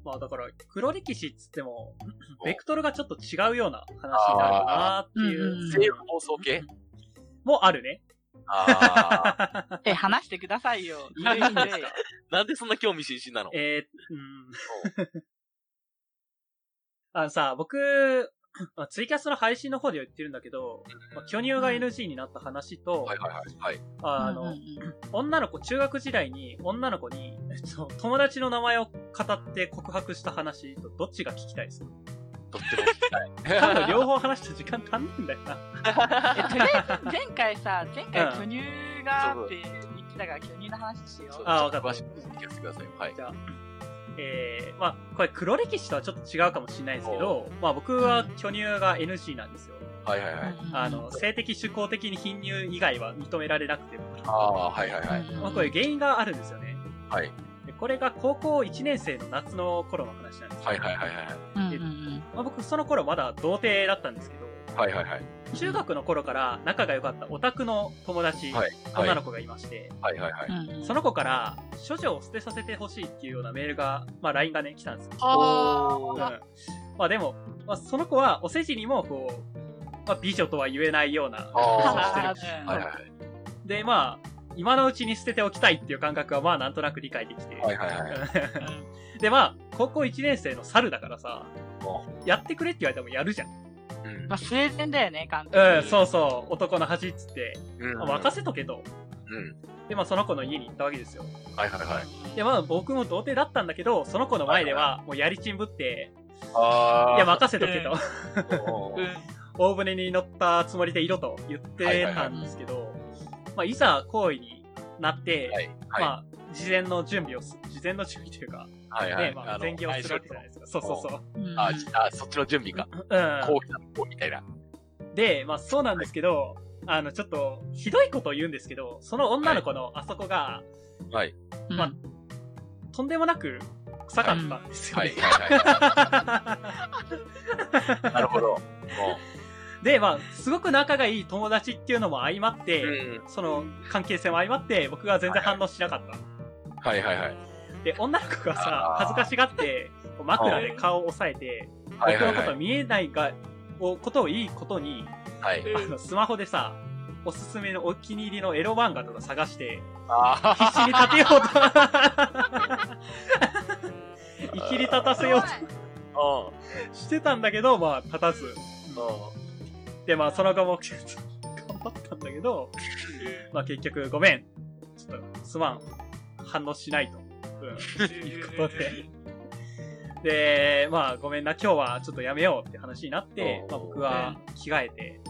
[SPEAKER 2] まあだから、黒歴史っつっても、ベクトルがちょっと違うような話になるかなってい
[SPEAKER 3] あーう
[SPEAKER 1] あ
[SPEAKER 3] ん
[SPEAKER 2] う
[SPEAKER 1] ー。西部放送系
[SPEAKER 2] もあるね。
[SPEAKER 1] ああ。
[SPEAKER 3] え、話してくださいよ。い
[SPEAKER 1] や
[SPEAKER 3] ろ
[SPEAKER 1] い
[SPEAKER 3] い
[SPEAKER 1] や
[SPEAKER 3] ろ
[SPEAKER 1] いや なんでそんな興味津々なの
[SPEAKER 2] えー、うん。 あのさ、僕、まあツイキャスの配信の方で言ってるんだけど、まあ巨乳が NG になった話と、
[SPEAKER 1] はいはいはい。はい。
[SPEAKER 2] あの、女の子、中学時代に女の子に、えっと、友達の名前を語って告白した話とどっちが聞きたいですか
[SPEAKER 1] とっても聞きたい。
[SPEAKER 2] 多分両方話した時間足んないんだよな。
[SPEAKER 3] え、とりあえず、前回さ、前回
[SPEAKER 2] うん
[SPEAKER 3] 巨乳がって言ってたから、巨乳の話しよ
[SPEAKER 1] そう
[SPEAKER 3] う。
[SPEAKER 2] あーわかった
[SPEAKER 1] 詳しく聞かせてください。はい。
[SPEAKER 2] じゃあ、えー、まあ、これ黒歴史とはちょっと違うかもしれないですけど、まあ僕は巨乳が NG なんですよ。
[SPEAKER 1] はいはいはい。
[SPEAKER 2] あ、の、性的趣向的に貧乳以外は認められなくて、
[SPEAKER 1] ああ、はいはいはい。
[SPEAKER 2] まあこれ原因があるんですよね。
[SPEAKER 1] はい。
[SPEAKER 2] でこれが高校1年生の夏の頃の話なんですけど
[SPEAKER 1] はいはいはいはい。
[SPEAKER 3] うんうん
[SPEAKER 2] まあ、僕その頃まだ童貞だったんですけど、
[SPEAKER 1] はいはいはい。
[SPEAKER 2] 中学の頃から仲が良かったオタクの友達、
[SPEAKER 1] はいはい
[SPEAKER 2] 女の子がいまして、
[SPEAKER 1] はいはいはい。
[SPEAKER 3] うんうん
[SPEAKER 2] その子から、処女を捨てさせてほしいっていうようなメールが、まあ LINE がね、来たんですよ。
[SPEAKER 3] あ
[SPEAKER 2] うん、
[SPEAKER 3] ー
[SPEAKER 2] まあでも、まあ、その子はお世辞にもこう、まあ美女とは言えないような
[SPEAKER 1] あ
[SPEAKER 2] をして
[SPEAKER 3] あ
[SPEAKER 2] る。
[SPEAKER 3] ー
[SPEAKER 1] はいはい
[SPEAKER 2] で、まあ、今のうちに捨てておきたいっていう感覚はまあなんとなく理解できて。
[SPEAKER 1] はいはいはい。
[SPEAKER 2] で、まあ、高校1年生の猿だからさ
[SPEAKER 1] お、
[SPEAKER 2] やってくれって言われてもやるじゃん。
[SPEAKER 1] うん
[SPEAKER 3] まあ、スウェーデンだよね、監督。
[SPEAKER 2] うん、そうそう、男の恥っつって、
[SPEAKER 1] うん
[SPEAKER 2] まあ任せとけと。
[SPEAKER 1] うん。
[SPEAKER 2] で、まあその子の家に行ったわけですよ。
[SPEAKER 1] はいはいはい。
[SPEAKER 2] で、まあ僕も童貞だったんだけど、その子の前ではもうやりちんぶって、
[SPEAKER 1] ああ。
[SPEAKER 2] いや任せとけと、
[SPEAKER 3] うん
[SPEAKER 2] 大船に乗ったつもりでいろと言ってたんですけど、まあいざ行為になって、
[SPEAKER 1] はいはい
[SPEAKER 2] まあ事前の準備をす、事前の準備というか、
[SPEAKER 1] はいは
[SPEAKER 2] ね
[SPEAKER 1] い、。
[SPEAKER 2] まあ前儀をするわけじゃないですか。そう
[SPEAKER 1] の
[SPEAKER 2] そうそう。
[SPEAKER 3] うん
[SPEAKER 1] あじあ、そっちの準備か。
[SPEAKER 2] うん。
[SPEAKER 1] こう来た、こうみたいな。
[SPEAKER 2] で、まあそうなんですけど、あの、ちょっと、ひどいことを言うんですけど、その女の子のあそこが、
[SPEAKER 1] はい。
[SPEAKER 3] うん
[SPEAKER 2] まあとんでもなく臭かったんですよ、
[SPEAKER 1] はい
[SPEAKER 2] ね。
[SPEAKER 1] はいはい。なるほど。
[SPEAKER 2] で、まあ、すごく仲がいい友達っていうのも相まって、
[SPEAKER 1] うん。
[SPEAKER 2] その関係性も相まって、僕が全然反応しなかった。
[SPEAKER 1] はいはいはい。
[SPEAKER 2] で、女の子がさ
[SPEAKER 1] あ、ー
[SPEAKER 2] 恥ずかしがって、こう枕で顔を押さえて、
[SPEAKER 1] はいは
[SPEAKER 2] 僕の
[SPEAKER 1] い
[SPEAKER 2] こ
[SPEAKER 1] は
[SPEAKER 2] と
[SPEAKER 1] い。
[SPEAKER 2] 見えないが、をことをいいことに、
[SPEAKER 1] はい。
[SPEAKER 2] あのスマホでさ、おすすめのお気に入りのエロ漫画とか探して、
[SPEAKER 1] あ
[SPEAKER 2] 必死に立て ようと。 生きり立たせよう
[SPEAKER 1] あ。
[SPEAKER 2] としてたんだけど、まあ、立たず。で、まあ、その後も 頑張ったんだけど、まあ、結局、ごめん。ちょっと、すまん。反応しないと。うん。いうことで。で、まあ、ごめんな、今日はちょっとやめようって話になって、
[SPEAKER 1] うん
[SPEAKER 2] まあ、僕は着替えて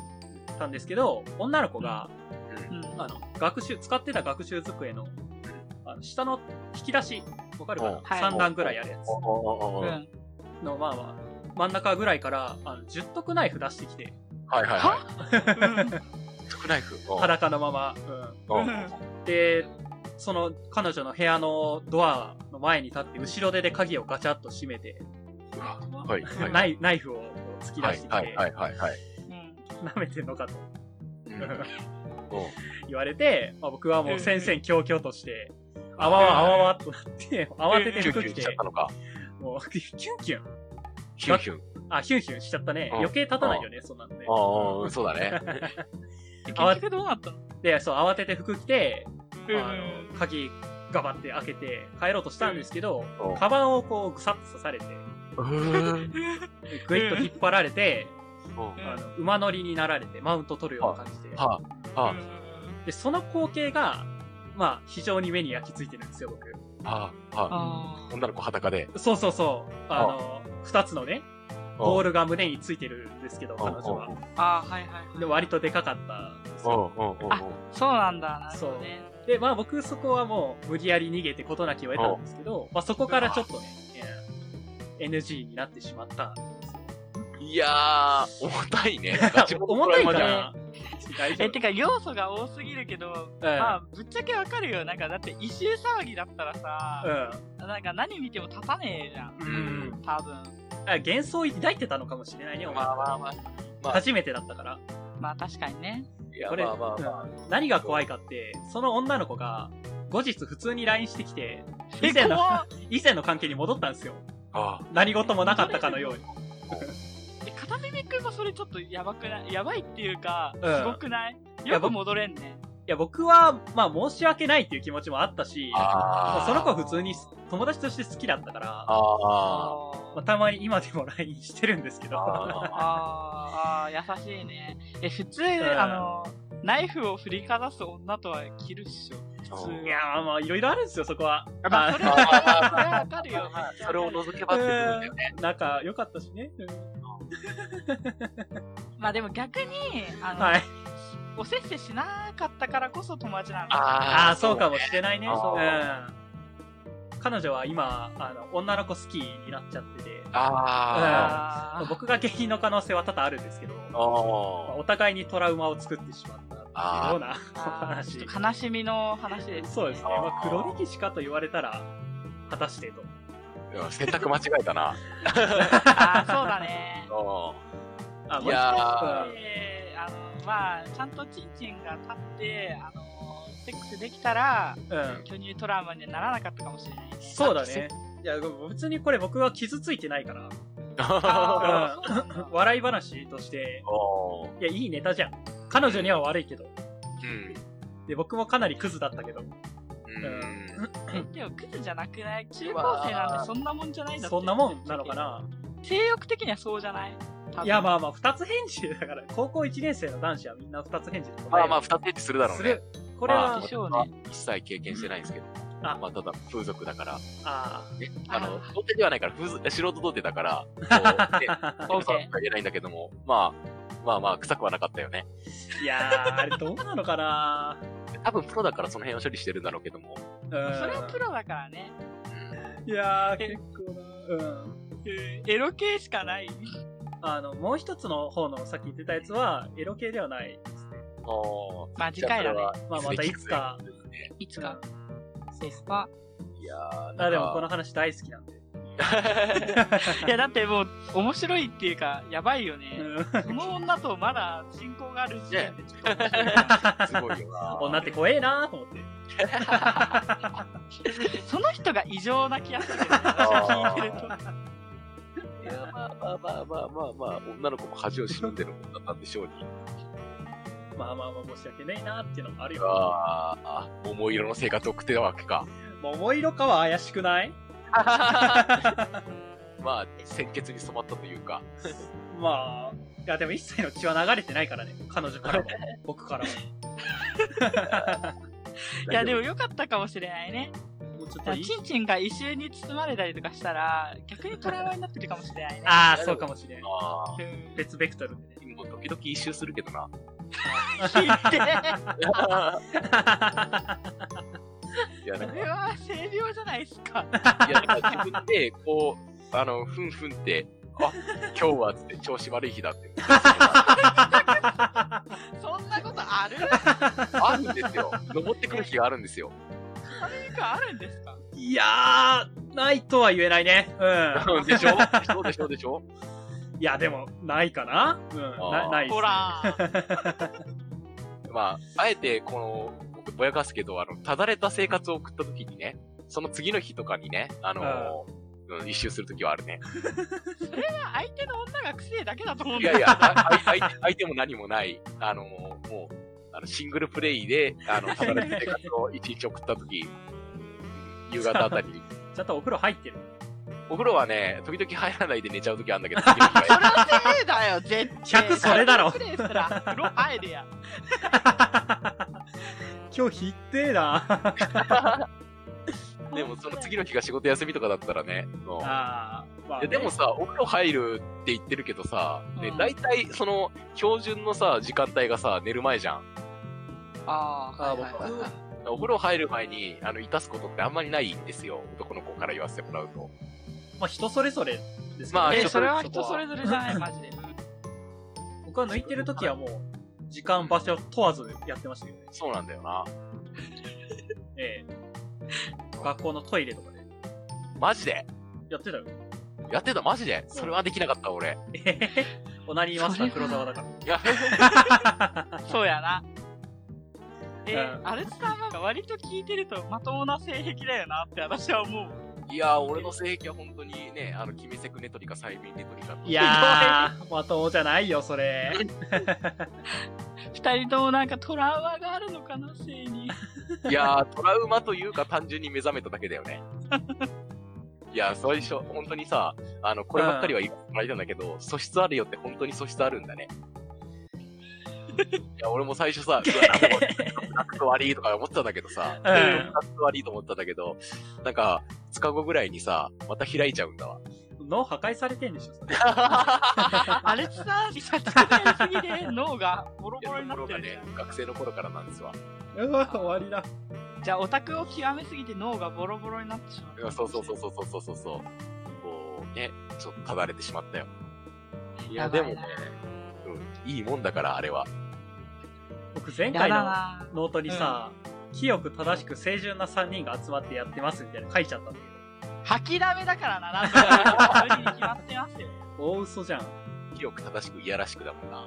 [SPEAKER 2] たんですけど、女の子が、
[SPEAKER 3] うん
[SPEAKER 2] あの、学習、使ってた学習机の、あの下の引き出し、わかるかな、
[SPEAKER 1] うん
[SPEAKER 3] はい
[SPEAKER 2] ?3 段ぐらいあるやつ
[SPEAKER 3] うん。
[SPEAKER 1] は
[SPEAKER 2] の、まあまあ、真ん中ぐらいから、あの、十徳ナイフ出してきて、
[SPEAKER 1] いはいは。
[SPEAKER 3] はいうん
[SPEAKER 1] ジョークナイフ。うん
[SPEAKER 2] 裸のまま、う
[SPEAKER 1] うん
[SPEAKER 2] ん。で、その、彼女の部屋のドアの前に立って、後ろ手で鍵をガチャッと閉めて、
[SPEAKER 1] うわはいはい。
[SPEAKER 2] ナ
[SPEAKER 1] イ
[SPEAKER 2] イナイフをこう突き出してきて、
[SPEAKER 1] はいはいはいはい。
[SPEAKER 3] うん
[SPEAKER 2] 舐めてんのかと
[SPEAKER 1] うんうん
[SPEAKER 2] 言われて、まあ、僕はもう戦々恐々として、あわわあわ
[SPEAKER 1] あ
[SPEAKER 2] わっとなって、慌てて
[SPEAKER 1] キュンキュ
[SPEAKER 2] 服着
[SPEAKER 1] ンしちゃ
[SPEAKER 2] て
[SPEAKER 1] った、のか。
[SPEAKER 2] もう、キュンキュン。
[SPEAKER 1] キュンキュン。
[SPEAKER 2] あ、ヒュンヒュンしちゃったね。
[SPEAKER 1] うん
[SPEAKER 2] 余計立たないよね、そんなんで。
[SPEAKER 1] ああ、そうだ ね。
[SPEAKER 2] 慌
[SPEAKER 3] 結
[SPEAKER 2] て
[SPEAKER 3] 局どうなったの
[SPEAKER 2] で、そう、慌てて服着て、
[SPEAKER 3] うん
[SPEAKER 2] あの、鍵ガバって開けて帰ろうとしたんですけど、
[SPEAKER 1] うん
[SPEAKER 2] カバンをこう、ぐさっと刺されて、
[SPEAKER 1] うーん。
[SPEAKER 2] ぐいっと引っ張られて、
[SPEAKER 1] うん
[SPEAKER 3] うん
[SPEAKER 2] あの馬乗りになられて、マウント取るような感じで。
[SPEAKER 1] はあ、は
[SPEAKER 2] で、その光景が、まあ、非常に目に焼き付いてるんですよ、僕。
[SPEAKER 1] あ、はあ、は
[SPEAKER 3] あ
[SPEAKER 1] あ。女の子裸で。
[SPEAKER 2] そうそうそう。あの、二つのね、ボールが胸についてるんですけど、
[SPEAKER 1] うん。
[SPEAKER 2] 彼女は。
[SPEAKER 3] ーあー、はいはいはい。
[SPEAKER 2] で、割とでかかったんです
[SPEAKER 1] うん
[SPEAKER 2] よ。
[SPEAKER 1] うんうんうん。
[SPEAKER 3] そうなんだ、なるほどね。
[SPEAKER 2] で、まあ僕そこはもう無理やり逃げて事なきを得たんですけど、まあそこからちょっとね、えー NG になってしまった。
[SPEAKER 1] いやー、重たい ね。ガチ
[SPEAKER 2] 重たい
[SPEAKER 1] トラウ
[SPEAKER 2] か
[SPEAKER 1] マじゃん
[SPEAKER 2] ら、大丈
[SPEAKER 3] え、て
[SPEAKER 2] 夫。
[SPEAKER 3] か要素が多すぎるけど、まあ、ぶっちゃけわかるよ。なんか、だって、異臭騒ぎだったらさ、なんか何見ても立たねえじゃん。
[SPEAKER 2] うん。うん。
[SPEAKER 3] 多分。
[SPEAKER 2] あ幻想を抱いてたのかもしれないね、お前。
[SPEAKER 1] まあまあまあ。まあ
[SPEAKER 2] 初めてだったから。
[SPEAKER 3] まあ、確かにね。
[SPEAKER 1] いや、
[SPEAKER 2] これ
[SPEAKER 1] まあまあまあ。
[SPEAKER 2] うん何が怖いかって、その女の子が、後日普通に LINE してきて、以
[SPEAKER 3] え、
[SPEAKER 2] 前の、
[SPEAKER 3] 怖っ
[SPEAKER 2] 以前の関係に戻ったんですよ。
[SPEAKER 1] あ
[SPEAKER 2] 何事もなかったかのように。
[SPEAKER 3] え、片耳くんもそれちょっとやばくないやばいっていうか、
[SPEAKER 2] うん
[SPEAKER 3] すごくない
[SPEAKER 2] や
[SPEAKER 3] よ
[SPEAKER 2] ば
[SPEAKER 3] く戻れんね。
[SPEAKER 2] いや、僕は、まあ申し訳ないっていう気持ちもあったし、
[SPEAKER 1] あ。あ
[SPEAKER 2] ま
[SPEAKER 1] あ。
[SPEAKER 2] あその子は普通に友達として好きだったから、
[SPEAKER 1] ああ。
[SPEAKER 2] まあ、たまに今でも LINE してるんですけど。
[SPEAKER 1] あ
[SPEAKER 3] あーあー、優しいね。え、普通、
[SPEAKER 2] ん
[SPEAKER 3] あの、ナイフを振りかざす女とは切るっしょ。普通。
[SPEAKER 1] うん
[SPEAKER 2] いやーまあいろいろあるんですよ、そこは。
[SPEAKER 3] まあ、
[SPEAKER 2] あ
[SPEAKER 3] それは、それはわかるよ。
[SPEAKER 1] それを除けばってことだよね。
[SPEAKER 2] 仲良かったしね。
[SPEAKER 3] まあでも逆に、あの、
[SPEAKER 2] はい。
[SPEAKER 3] おせっせしなかったからこそ友達なの。
[SPEAKER 1] あ
[SPEAKER 2] ああ、そうかもしれないね。う
[SPEAKER 1] あ
[SPEAKER 2] ん。彼女は今、あの、女の子好きになっちゃってて、
[SPEAKER 1] あ
[SPEAKER 3] あー
[SPEAKER 2] 僕が原因の可能性は多々あるんですけど、
[SPEAKER 1] あ。あ
[SPEAKER 2] まあお互いにトラウマを作ってしまったっていうようなお
[SPEAKER 3] あーち
[SPEAKER 2] 話
[SPEAKER 3] ょっ。と悲しみの 話です。
[SPEAKER 2] そうですね。まあ、黒歴史かと言われたら、果たしてと。
[SPEAKER 1] あ。選択間違えたな。
[SPEAKER 3] ああ、そうだね。
[SPEAKER 1] う
[SPEAKER 2] あ
[SPEAKER 1] い
[SPEAKER 2] も
[SPEAKER 1] や
[SPEAKER 2] しかし
[SPEAKER 3] であの、まあ、ちゃんとチンチンが立って、あの、セックスできたら、
[SPEAKER 2] たら、うん。
[SPEAKER 3] 巨乳トラウマにはならなかったかもしれない。
[SPEAKER 2] そうだね。いや、別にこれ僕は傷ついてないから、
[SPEAKER 1] ん。
[SPEAKER 3] あーそうなんだ
[SPEAKER 2] 笑い話として、
[SPEAKER 1] お
[SPEAKER 2] いや、いいネタじゃん。彼女には悪いけど。
[SPEAKER 1] うん。
[SPEAKER 2] で、僕もかなりクズだったけど、
[SPEAKER 1] うん。
[SPEAKER 3] えでも、クズじゃなくない中高生なんてそんなもんじゃないだって
[SPEAKER 2] そんなもんなのかな
[SPEAKER 3] 性欲的にはそうじゃない多分
[SPEAKER 2] いや、まあまあ、二つ返事だから、高校一年生の男子はみんな二つ返事で答える
[SPEAKER 1] まあまあ、二手ってするだろ
[SPEAKER 2] す
[SPEAKER 1] うね
[SPEAKER 2] る。。これは、
[SPEAKER 1] まあ
[SPEAKER 3] でしょうね。
[SPEAKER 1] 一切経験してないんですけど。
[SPEAKER 2] あ
[SPEAKER 1] まあ、ただ、風俗だから。
[SPEAKER 2] あ
[SPEAKER 1] ねあの
[SPEAKER 3] あ、ー
[SPEAKER 1] 童貞ではないから、風俗、素人童貞だ から、こう ね
[SPEAKER 2] あ。
[SPEAKER 1] そうそうとは言えないんだけども、まあ、まあまあ、臭くはなかったよね。
[SPEAKER 2] いやー、あれどうなのかな
[SPEAKER 1] 多分プロだからその辺を処理してるんだろうけども。
[SPEAKER 2] うん。
[SPEAKER 3] それはプロだからね。
[SPEAKER 2] いやー、結構な。うん。
[SPEAKER 3] うんエロ系しかない。
[SPEAKER 2] あの、もう一つの方のさっき言ってたやつは、エロ系ではないですね。
[SPEAKER 1] お
[SPEAKER 3] まあ次回だね。
[SPEAKER 2] まあ、またいつか。
[SPEAKER 3] いつか。
[SPEAKER 2] そ
[SPEAKER 3] セ
[SPEAKER 2] う
[SPEAKER 3] スパ。
[SPEAKER 1] いやー、な
[SPEAKER 2] あ、
[SPEAKER 1] ん
[SPEAKER 2] でもこの
[SPEAKER 1] か、
[SPEAKER 2] 話大好きなんで。
[SPEAKER 3] いや、だってもう、面白いっていうか、やばいよね。
[SPEAKER 2] うん
[SPEAKER 3] この女とまだ進行がある時点でちょっと面白 い
[SPEAKER 1] すごいよな。
[SPEAKER 2] 女って怖えなーと思 って。
[SPEAKER 3] その人が異常な気がす るけど、私は聞いてると。
[SPEAKER 1] いやまあまあまあまあまあまあ、女の子も恥を忍んでるもんだったんでしょうに。
[SPEAKER 2] まあまあまあ申し訳ないなーっていうのもあるよ。
[SPEAKER 1] ああ、桃色の生活を送ってたわけか。
[SPEAKER 2] 桃色かは怪しくない
[SPEAKER 1] まあ、鮮血に染まったというか。
[SPEAKER 2] まあ、いやでも一切の血は流れてないからね。彼女 からも、僕からも。
[SPEAKER 3] いや、でも良かったかもしれないね。
[SPEAKER 2] もうちょっと
[SPEAKER 3] だから
[SPEAKER 2] いい
[SPEAKER 3] チンチンが異臭に包まれたりとかしたら、逆にトラウマになってるかもしれないね。
[SPEAKER 2] ああ、そうかもしれない。
[SPEAKER 1] ああ、
[SPEAKER 3] うん
[SPEAKER 2] 別ベクトルでね。
[SPEAKER 1] もう時々一周するけどな。
[SPEAKER 3] ひで え
[SPEAKER 1] いや、なんか、
[SPEAKER 3] これは声量じゃないです
[SPEAKER 1] い
[SPEAKER 3] か。
[SPEAKER 1] や、なんか自分で、こう、あの、ふんふんって、あ、今日は、つって、調子悪い日だって。
[SPEAKER 3] そんなことある
[SPEAKER 1] あるんですよ。登ってくる日があるんですよ。
[SPEAKER 3] 何かあるんですか
[SPEAKER 2] いやー、ないとは言えないね。う
[SPEAKER 1] でしょそうでしょでしょ
[SPEAKER 2] ん。いや、でも、ないかなうん。なないです
[SPEAKER 3] ほ。らー。
[SPEAKER 1] まあ、あえて、この、僕ぼやかすけど、あの、ただれた生活を送った時にね、その次の日とかにね、あのー、うん、一周する時はあるね。
[SPEAKER 3] 相手の女が癖だけだと思うん
[SPEAKER 1] い
[SPEAKER 3] だ
[SPEAKER 1] やいや、あ相相手相手も何もない、あのー、もう、あの、シングルプレイで、あの、ただれた生活を一日送った時、夕方あたりに、
[SPEAKER 2] ちゃんとお風呂 入ってる。
[SPEAKER 1] お風呂はね、時々入らないで寝ちゃう時あるんだけど、 次の日は
[SPEAKER 3] それはせいだよ、絶対。
[SPEAKER 2] 100それだろ
[SPEAKER 3] プレイしたら、風呂入れや。
[SPEAKER 2] 今日ひってえな。
[SPEAKER 1] でもその次の日が仕事休みとかだったらね。うん
[SPEAKER 2] あー、まあ
[SPEAKER 1] いやでもさ、お風呂入るって言ってるけどさ、ね
[SPEAKER 3] う、ん
[SPEAKER 1] 大体その標準のさ、時間帯がさ、寝る前じゃん。
[SPEAKER 3] あ
[SPEAKER 2] あー
[SPEAKER 3] はいはいはいはい
[SPEAKER 1] お風呂入る前に、あの、いたすことってあんまりないんですよ。男の子から言わせてもらうと。
[SPEAKER 2] まあ、人それぞれですけど
[SPEAKER 1] まあ
[SPEAKER 2] ね
[SPEAKER 1] ちょっ
[SPEAKER 3] え、
[SPEAKER 1] と
[SPEAKER 3] それは人それぞれじゃない、マジで。
[SPEAKER 2] 僕は抜いてる時はもう、時間、場所問わずやってましたけどね。
[SPEAKER 1] そうなんだよな。
[SPEAKER 2] ええ学校のトイレとかで
[SPEAKER 1] マジで
[SPEAKER 2] やってたよ。
[SPEAKER 1] やってたマジでそれはできなかった、俺。
[SPEAKER 2] えへへへオナニーマスター黒沢だか
[SPEAKER 1] いや、
[SPEAKER 2] ら。
[SPEAKER 3] そうやな。え
[SPEAKER 2] う
[SPEAKER 3] アルツさんは割と聞いてるとまともな性癖だよなって私は思う。
[SPEAKER 1] いや俺の性癖は本当にね、あの、キメセクネトリかサイビンネトリか。
[SPEAKER 2] いやー、 まともじゃないよ、それ。
[SPEAKER 3] 二人ともなんかトラウマがあるのかな、性 に。
[SPEAKER 1] いやー、トラウマというか単純に目覚めただけだよ ね。いやー、最初、本当にさ、あの、こればっかりは言ってもらいたいんだけど、素質あるよって本当に素質あるんだ ね。いや、俺も最初さ、うわ、なんか格好悪いとか思ってたんだけどさ、
[SPEAKER 2] うん
[SPEAKER 1] 格好悪いと思ったんだけど、なんか、2日後ぐらいにさ、また開いちゃうん だわ。
[SPEAKER 2] 脳破壊されてんでしょ、それ。
[SPEAKER 3] アルツさん、さっきやりすぎで脳がボロ
[SPEAKER 1] いや
[SPEAKER 3] ボロにな
[SPEAKER 1] ところ
[SPEAKER 3] って
[SPEAKER 1] が
[SPEAKER 3] る、
[SPEAKER 1] ね、学生の頃からなんですわ。
[SPEAKER 2] うわ、終わりだ。
[SPEAKER 3] じゃあオタクを極めすぎて脳がボロボロになってしま。
[SPEAKER 1] いうやそうそうそうそうそうそうそう。こうね、ちょっとただれてしまったよ。いや、
[SPEAKER 3] やば
[SPEAKER 1] で
[SPEAKER 3] い
[SPEAKER 1] もね、うん、いいもんだから、あれは。
[SPEAKER 2] 僕、前
[SPEAKER 3] やだ
[SPEAKER 2] 回の
[SPEAKER 3] な
[SPEAKER 2] ノートにさ、清く正しく清純な3人が集まってやってますみたいなの書いちゃったんだ
[SPEAKER 3] 吐きだめだからな、な んか。無理に決まってますよ。
[SPEAKER 2] けど。大嘘じゃん。
[SPEAKER 1] 清く正しくいやらしくだもんな。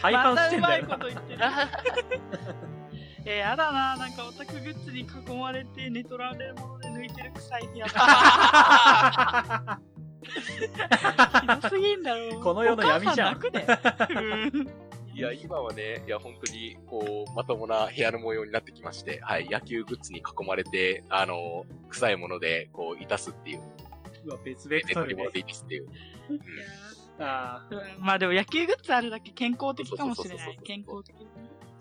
[SPEAKER 2] 配
[SPEAKER 3] ま
[SPEAKER 2] 管
[SPEAKER 3] た
[SPEAKER 2] して
[SPEAKER 3] うん
[SPEAKER 2] だ
[SPEAKER 3] まい
[SPEAKER 2] よ
[SPEAKER 3] こ。と言ってる。 えー、やだな、なんかオタクグッズに囲まれて、寝取られるもので抜いてる臭い部屋だ。ひ どすぎんだろう。
[SPEAKER 2] この世の闇じゃん
[SPEAKER 3] お母さ泣くで。うん
[SPEAKER 1] いや、今はね、いや、本当に、こう、まともな部屋の模様になってきまして、はい、野球グッズに囲まれて、あの、臭いもので、こう、いたすっていう、
[SPEAKER 2] うわ、別ベクト
[SPEAKER 1] 取り
[SPEAKER 2] ルで
[SPEAKER 1] 物。でいたすっていう。うん
[SPEAKER 2] あ
[SPEAKER 3] うんまあでも野球グッズあるだけ健康的かもしれな
[SPEAKER 1] そうそうそう
[SPEAKER 3] い
[SPEAKER 1] そう。
[SPEAKER 3] 健康的。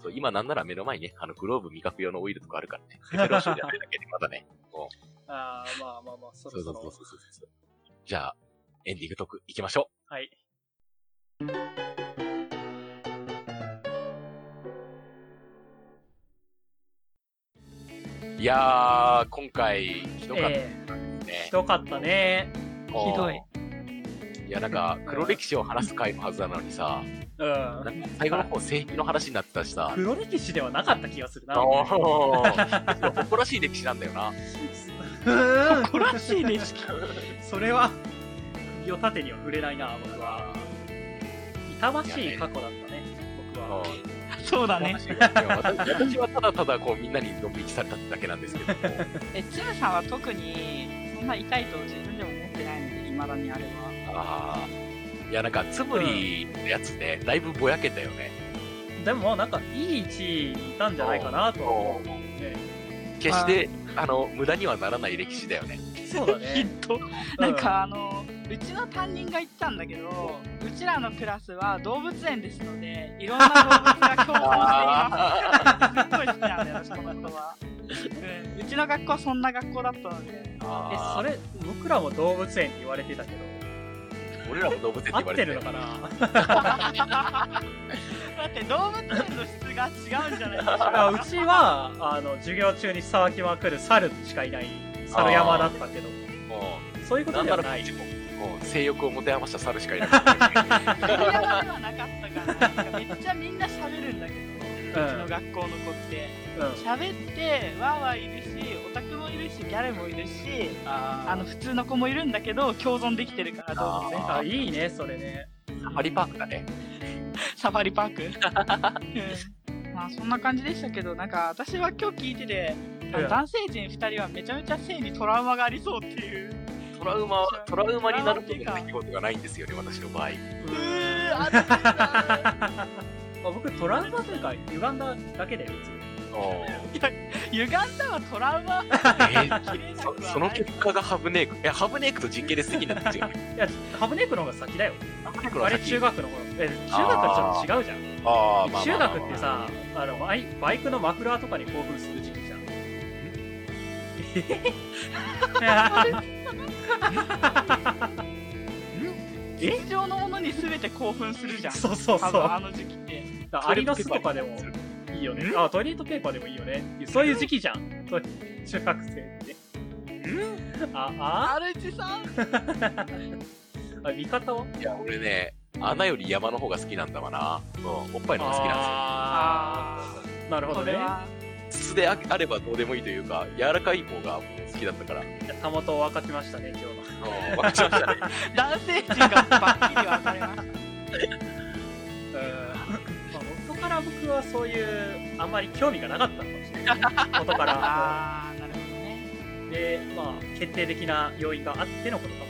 [SPEAKER 1] そう今なんなら目の前にね、あの、グローブ味覚用のオイルとかあるからね。ペペロンションじゃないだけで、まだね。
[SPEAKER 2] ーあー、まあまあまあ、そ
[SPEAKER 1] そ
[SPEAKER 2] ろ
[SPEAKER 1] うそ
[SPEAKER 2] そ
[SPEAKER 1] うそう
[SPEAKER 2] ろ
[SPEAKER 1] そ。うそうそう。じゃあ、エンディングトーク行きましょう。
[SPEAKER 2] はい。
[SPEAKER 1] いやー、今回、ひどかったで
[SPEAKER 2] え
[SPEAKER 1] す
[SPEAKER 2] え
[SPEAKER 1] ね
[SPEAKER 2] ひ。どかったね。
[SPEAKER 1] もう
[SPEAKER 3] ひどい。
[SPEAKER 1] いや、なんか、黒歴史を話す回のはずなのにさ、
[SPEAKER 2] うん
[SPEAKER 1] な。んか最後の方、正義の話になってたしさ、
[SPEAKER 2] 黒歴史ではなかった気がするな。う
[SPEAKER 1] おー誇らしい歴史なんだよな。
[SPEAKER 2] ーん
[SPEAKER 3] 誇らしいね、しか
[SPEAKER 2] それは、首を縦には触れないな、僕は。痛ましい過去だったね、僕は。
[SPEAKER 3] そうだ
[SPEAKER 1] うん
[SPEAKER 3] ね。
[SPEAKER 1] いや私私はただただこうみんなにドン引きされただけなんですけども、
[SPEAKER 3] え、つむさんは特に、そんな痛いと自分でも思ってないので、いまだにあれは。
[SPEAKER 1] あーいやなんかつむりのやつね、だいぶぼやけたよね。
[SPEAKER 2] でも、なんか、いい位置にいたんじゃないかなとは思う、ね。
[SPEAKER 1] 決してあの無駄にはならない歴史だよね。
[SPEAKER 2] そうだ
[SPEAKER 3] ヒ
[SPEAKER 2] ね。
[SPEAKER 3] ントなんかあのうちの担任が言ってたんだけどうちらのクラスは動物園ですの でいろんな動物が共存
[SPEAKER 1] あ
[SPEAKER 3] していますすっごい好きなんだよ私この人は、うん、うちの学校はそんな学校だったので
[SPEAKER 1] ーあ
[SPEAKER 2] それ、僕らも動物園って言われてたけど、
[SPEAKER 1] ー俺らも動物園って
[SPEAKER 2] 合
[SPEAKER 1] 言 われ
[SPEAKER 2] って
[SPEAKER 1] て
[SPEAKER 2] る
[SPEAKER 1] る
[SPEAKER 2] のかな
[SPEAKER 3] まだって動物園の質が違うんじゃないです
[SPEAKER 2] あ
[SPEAKER 3] か。
[SPEAKER 2] うちは、あの、授業中に騒ぎまくる猿しかいない、猿山だったけど、
[SPEAKER 1] も
[SPEAKER 2] そういう
[SPEAKER 1] う、
[SPEAKER 2] こ
[SPEAKER 1] な
[SPEAKER 2] と
[SPEAKER 1] ん
[SPEAKER 2] で
[SPEAKER 1] な
[SPEAKER 2] は
[SPEAKER 1] ら
[SPEAKER 2] ない。
[SPEAKER 1] もう、もう性欲を持て余した猿しかいな かった。
[SPEAKER 3] 鳥山ではなかったから、なんかめっちゃみんな喋るんだけど、うちの学校の子って。
[SPEAKER 2] う
[SPEAKER 3] 喋って、わーわーいるし、オタクもいるし、ギャルもいるし、あの、普通の子もいるんだけど、共存できてるから、動物園
[SPEAKER 2] ん。あ、いいね、それね。
[SPEAKER 1] ハリパークだね。
[SPEAKER 3] サファリパ ーク。うんまあそんな感じでしたけど、なんか私は今日聞いてて、あ
[SPEAKER 2] うん
[SPEAKER 3] の男性陣2人はめちゃめちゃ性にトラウマがありそうっていう。
[SPEAKER 1] トラウマ、トラウマになるほどの出来事がないんですよね、私の場合。
[SPEAKER 3] うー、あるん だ。
[SPEAKER 2] まあ、僕、トラウマというか、歪んだだけで、別に。
[SPEAKER 3] 歪んだはトラウマ。
[SPEAKER 1] えー
[SPEAKER 3] 切れ なくは
[SPEAKER 1] そ
[SPEAKER 3] ない
[SPEAKER 1] その結果がハブネーク。いや、ハブネークと人形で好きなんですよ。
[SPEAKER 2] いや、ハブネークの方が先だよ。
[SPEAKER 1] ハブネークの
[SPEAKER 2] あれ、
[SPEAKER 1] 先
[SPEAKER 2] 中学の頃。え、中学はちょっと違うじゃん。
[SPEAKER 1] あーまあまあまあまあ
[SPEAKER 2] 中学ってさ、あの、バイバイクのマフラーとかに興奮する時期じゃん。
[SPEAKER 3] 日常のものに全て興奮するじゃん。
[SPEAKER 2] そうそうそ
[SPEAKER 3] 多
[SPEAKER 2] う。
[SPEAKER 3] 分あ
[SPEAKER 2] だか
[SPEAKER 3] の時期って。
[SPEAKER 2] らアリの巣とかでもいいよね。あ、トイレットペーパーでもいいよね。そういう時期じゃん。トイ中学生って。あ、あ
[SPEAKER 3] アルチさん
[SPEAKER 2] あ味方はい
[SPEAKER 1] や、俺ね、穴より山の方が好きなんだわな。うん、おっぱいの方が好きなん
[SPEAKER 2] あーなるほど
[SPEAKER 3] こ
[SPEAKER 2] ね
[SPEAKER 3] れ。は。
[SPEAKER 1] ですよ。筒でああればどうでもいいというか、柔らかい方が好きだったから。うん
[SPEAKER 2] たもとを分かちましたね、今日の。
[SPEAKER 1] 分かっちゃいましたね。
[SPEAKER 3] 男性陣がバッキリ分かれまし
[SPEAKER 2] うんまあ元から僕はそういう、あんまり興味がなかったのかもしれない。 元か
[SPEAKER 3] た。
[SPEAKER 2] ら。
[SPEAKER 3] あー、なるほどね。
[SPEAKER 2] で、まあ、決定的な要因があってのことかも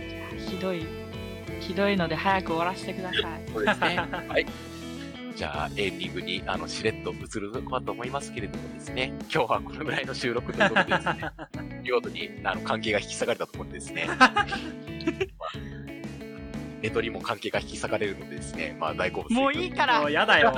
[SPEAKER 2] しれない。
[SPEAKER 3] ひどい。ひどいので早く終わらせてください。
[SPEAKER 1] そうですね。はい。じゃあ、エンディングに、あの、しれっと移るかと思いますけれどもですね、今日はこのぐらいの収録ということでですね、見事に、あの、関係が引き下がれたところです ね。ネトリも関係が引き下がれるのでですね、まあ、大好物。
[SPEAKER 3] もういいか ら
[SPEAKER 2] もう。やだよ。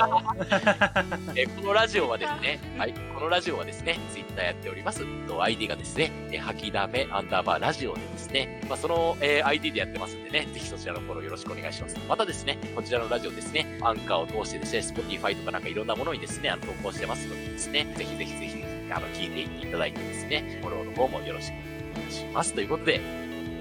[SPEAKER 1] えーこのラジオはですね、はい、このラジオはですね、ツイッターやっております。と ID がですね、えー吐きだめアンダーバーラジオでですね、まあ、その、えー ID でやってますんでね、ぜひそちらのフォローよろしくお願いします。またですね、こちらのラジオですね、アンカーを通してですね、Spotify とかなんかいろんなものにですね、あの投稿してますのでですね、ぜひぜひぜひ、あの、聞いていっていただいてですね、フォローの方もよろしくお願いします。ということで、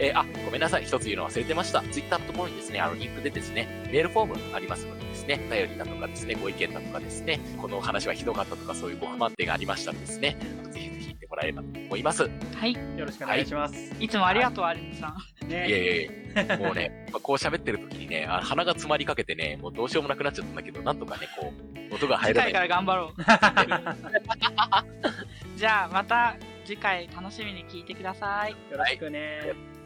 [SPEAKER 1] えーあ、ごめんなさい。一つ言うの忘れてました。ツイッターのところにですね、あの、リンクでですね、メールフォームありますのでですね、頼りだとかですね、ご意見だとかですね、このお話はひどかったとか、そういうご不満点がありましたらですね、ぜひぜひ言ってもらえればと思います。い
[SPEAKER 3] はい。
[SPEAKER 2] よろしくお願いします。
[SPEAKER 3] いつもありがとう、アルチさん。
[SPEAKER 1] え
[SPEAKER 2] ね
[SPEAKER 1] いえいえ、もうね、 まあこう喋ってる時にね、あ鼻が詰まりかけてね、もうどうしようもなくなっちゃったんだけど、なんとかね、こう、音が入
[SPEAKER 3] 次
[SPEAKER 1] らな
[SPEAKER 3] 回
[SPEAKER 1] い。
[SPEAKER 3] から頑張ろう。じゃあ、また次回楽しみに聞いてください。
[SPEAKER 2] よろしくね。
[SPEAKER 1] はい